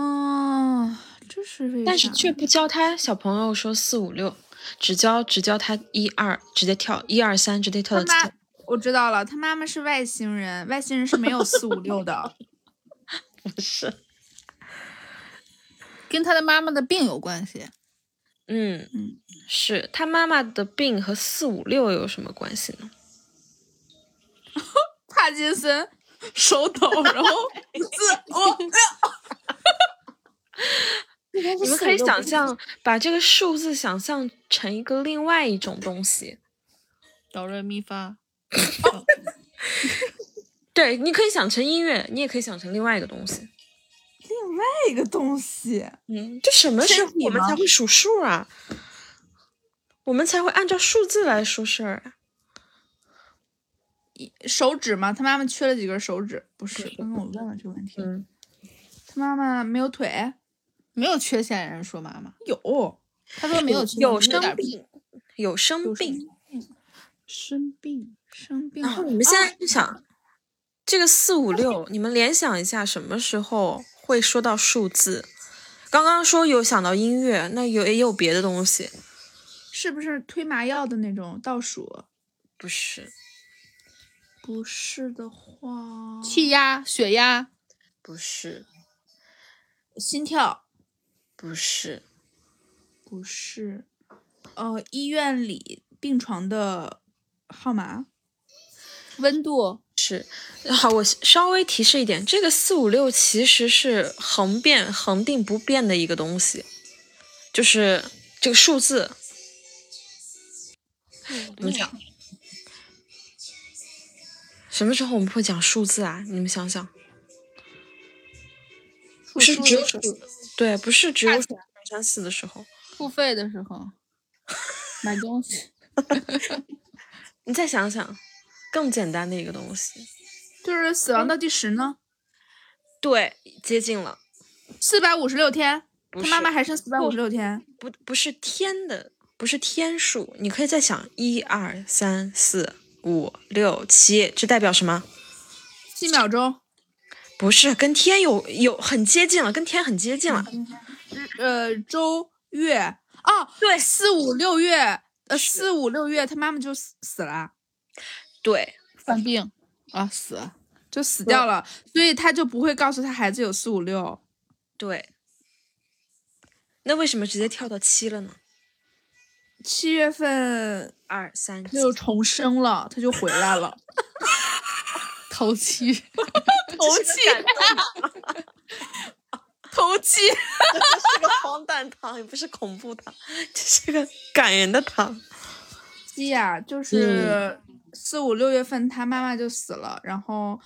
[SPEAKER 2] 嗯，这是为啥？
[SPEAKER 1] 但是却不教他小朋友说四五六，只教只教他一二，直接跳一二三，直接跳
[SPEAKER 2] 他
[SPEAKER 1] 到七
[SPEAKER 2] 妈，我知道了，他妈妈是外星人，外星人是没有四五六的。
[SPEAKER 1] 不是，
[SPEAKER 3] 跟他的妈妈的病有关系。
[SPEAKER 1] 嗯
[SPEAKER 2] 嗯，
[SPEAKER 1] 是他妈妈的病和四五六有什么关系呢？
[SPEAKER 2] 帕金森手抖，然 后四五六。
[SPEAKER 1] 你们可以想象，把这个数字想象成一个另外一种东西。
[SPEAKER 3] 哆瑞咪发，
[SPEAKER 2] 哦
[SPEAKER 1] 对，你可以想成音乐，你也可以想成另外一个东西。
[SPEAKER 2] 这个东西，
[SPEAKER 1] 嗯，就什么时候
[SPEAKER 2] 身体
[SPEAKER 1] 我们
[SPEAKER 2] 吗
[SPEAKER 1] 才会数数啊？我们才会按照数字来说事儿啊。
[SPEAKER 2] 手指吗？他妈妈缺了几根手指？不是，刚刚我问了这个问题。
[SPEAKER 1] 嗯，
[SPEAKER 2] 他妈妈没有腿？
[SPEAKER 3] 没有缺陷人说妈妈，
[SPEAKER 2] 有，
[SPEAKER 3] 他说没有缺陷，
[SPEAKER 1] 有
[SPEAKER 3] 就是
[SPEAKER 1] 生
[SPEAKER 3] 点
[SPEAKER 1] 病，有生
[SPEAKER 2] 有生
[SPEAKER 1] 病，
[SPEAKER 3] 生病，生病了。
[SPEAKER 1] 然啊后你
[SPEAKER 2] 啊
[SPEAKER 1] 们现在就想，这个四五六，你们联想一下，什么时候会说到数字？刚刚说有想到音乐，那有也有别的东西，
[SPEAKER 2] 是不是推麻药的那种倒数？
[SPEAKER 1] 不是？
[SPEAKER 2] 不是的话，
[SPEAKER 3] 气压、血压、
[SPEAKER 1] 不是，
[SPEAKER 2] 心跳
[SPEAKER 1] 不是，
[SPEAKER 2] 不是，呃，医院里病床的号码，
[SPEAKER 3] 温度，
[SPEAKER 1] 是。好，我稍微提示一点，这个四五六其实是恒变、恒定不变的一个东西，就是这个数字。
[SPEAKER 2] 嗯
[SPEAKER 1] 怎么讲？什么时候我们会讲数字啊？你们想想，
[SPEAKER 3] 不
[SPEAKER 1] 是只有对，不是只有数二三四的时候。
[SPEAKER 3] 付费的 时候买东西，
[SPEAKER 1] 你再想想，更简单的一个东西。
[SPEAKER 2] 就是死亡倒计时呢？
[SPEAKER 1] 对，接近了，
[SPEAKER 2] 四百五十六天，
[SPEAKER 1] 不
[SPEAKER 2] 他
[SPEAKER 1] 是
[SPEAKER 2] 妈妈还剩四百五十六天，
[SPEAKER 1] 不不是天的，不是天数，你可以再想一二三四五六七，这代表什么？
[SPEAKER 2] 七秒钟，
[SPEAKER 1] 不是跟天有有很接近了，跟天很接近了。
[SPEAKER 2] 呃，周月哦，
[SPEAKER 1] 对
[SPEAKER 2] 四五六月，呃，
[SPEAKER 1] 是
[SPEAKER 2] 四五六月他妈妈就死死了，
[SPEAKER 1] 对，
[SPEAKER 3] 犯病啊，死。
[SPEAKER 2] 就死掉了，所以他就不会告诉他孩子有四五六。
[SPEAKER 1] 对。那为什么直接跳到七了呢？
[SPEAKER 2] 七月呃份
[SPEAKER 1] 二三
[SPEAKER 2] 他又重生了，他就回来 了。
[SPEAKER 3] 头七，
[SPEAKER 2] 头七，头七，
[SPEAKER 1] 是个荒诞糖，也不是恐怖糖，这是个感人的糖。
[SPEAKER 2] 七呀，就是四五六月份他妈妈就死了，然后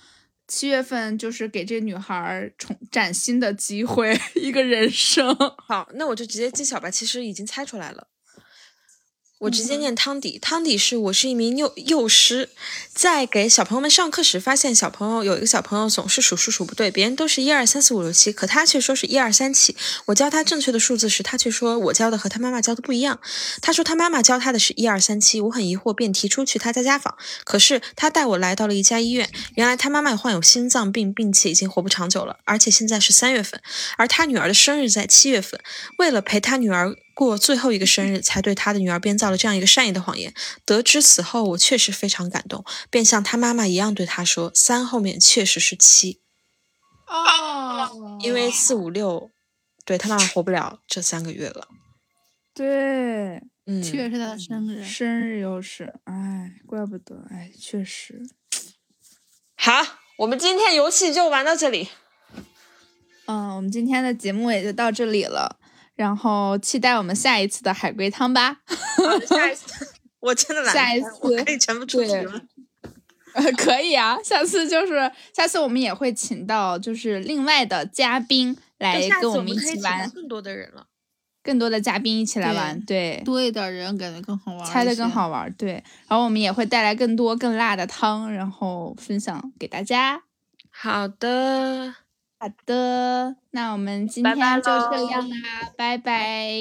[SPEAKER 2] 七月份就是给这女孩儿重崭新的机会， 一个人生。
[SPEAKER 1] 好，那我就直接揭晓吧。其实已经猜出来了，我直接念汤底。汤底是我是一名幼幼师，在给小朋友们上课时，发现小朋友有一个小朋友总是数数数不对，别人都是一二三四五六七，可他却说是一二三起。我教他正确的数字时，他却说我教的和他妈妈教的不一样。他说他妈妈教他的是一二三七，我很疑惑，便提出去他家家访。可是他带我来到了一家医院，原来他妈妈患有心脏病，并且已经活不长久了，而且现在是三月份，而他女儿的生日在七月份。为了陪他女儿过最后一个生日，才对他的女儿编造了这样一个善意的谎言。得知此后，我确实非常感动，便像他妈妈一样对他说：“三后面确实是七，
[SPEAKER 2] 哦
[SPEAKER 1] 因为四五六，对他妈妈活不了这三个月了。
[SPEAKER 2] 对，”
[SPEAKER 1] 嗯，
[SPEAKER 3] 七月是他的生日，
[SPEAKER 2] 生日又是，哎，怪不得，哎，确实。
[SPEAKER 1] 好，我们今天游戏就玩到这里。
[SPEAKER 2] 嗯，我们今天的节目也就到这里了，然后期待我们下一次的海龟汤吧。
[SPEAKER 1] 下一次， 我真的懒得
[SPEAKER 2] 下一
[SPEAKER 1] 猜
[SPEAKER 2] 次
[SPEAKER 1] 我可以全部出题
[SPEAKER 2] 对
[SPEAKER 1] 了。
[SPEAKER 2] 呃，可以啊，下次就是下次我们也会请到就是另外的嘉宾来
[SPEAKER 1] 对下次
[SPEAKER 2] 跟
[SPEAKER 1] 我
[SPEAKER 2] 们
[SPEAKER 1] 们
[SPEAKER 2] 一
[SPEAKER 1] 可以
[SPEAKER 2] 起
[SPEAKER 1] 请到
[SPEAKER 2] 玩，
[SPEAKER 1] 更多的人了。
[SPEAKER 2] 更多的嘉宾一起来
[SPEAKER 3] 对
[SPEAKER 2] 玩，对，
[SPEAKER 3] 多一点人感觉更好玩，
[SPEAKER 2] 猜的更。好玩，对。然后我们也会带来更多更辣的汤，然后分享给大家。
[SPEAKER 1] 好的。
[SPEAKER 2] 好的，那我们今
[SPEAKER 1] 拜拜
[SPEAKER 2] 天就
[SPEAKER 1] 喽
[SPEAKER 2] 这样啦，拜拜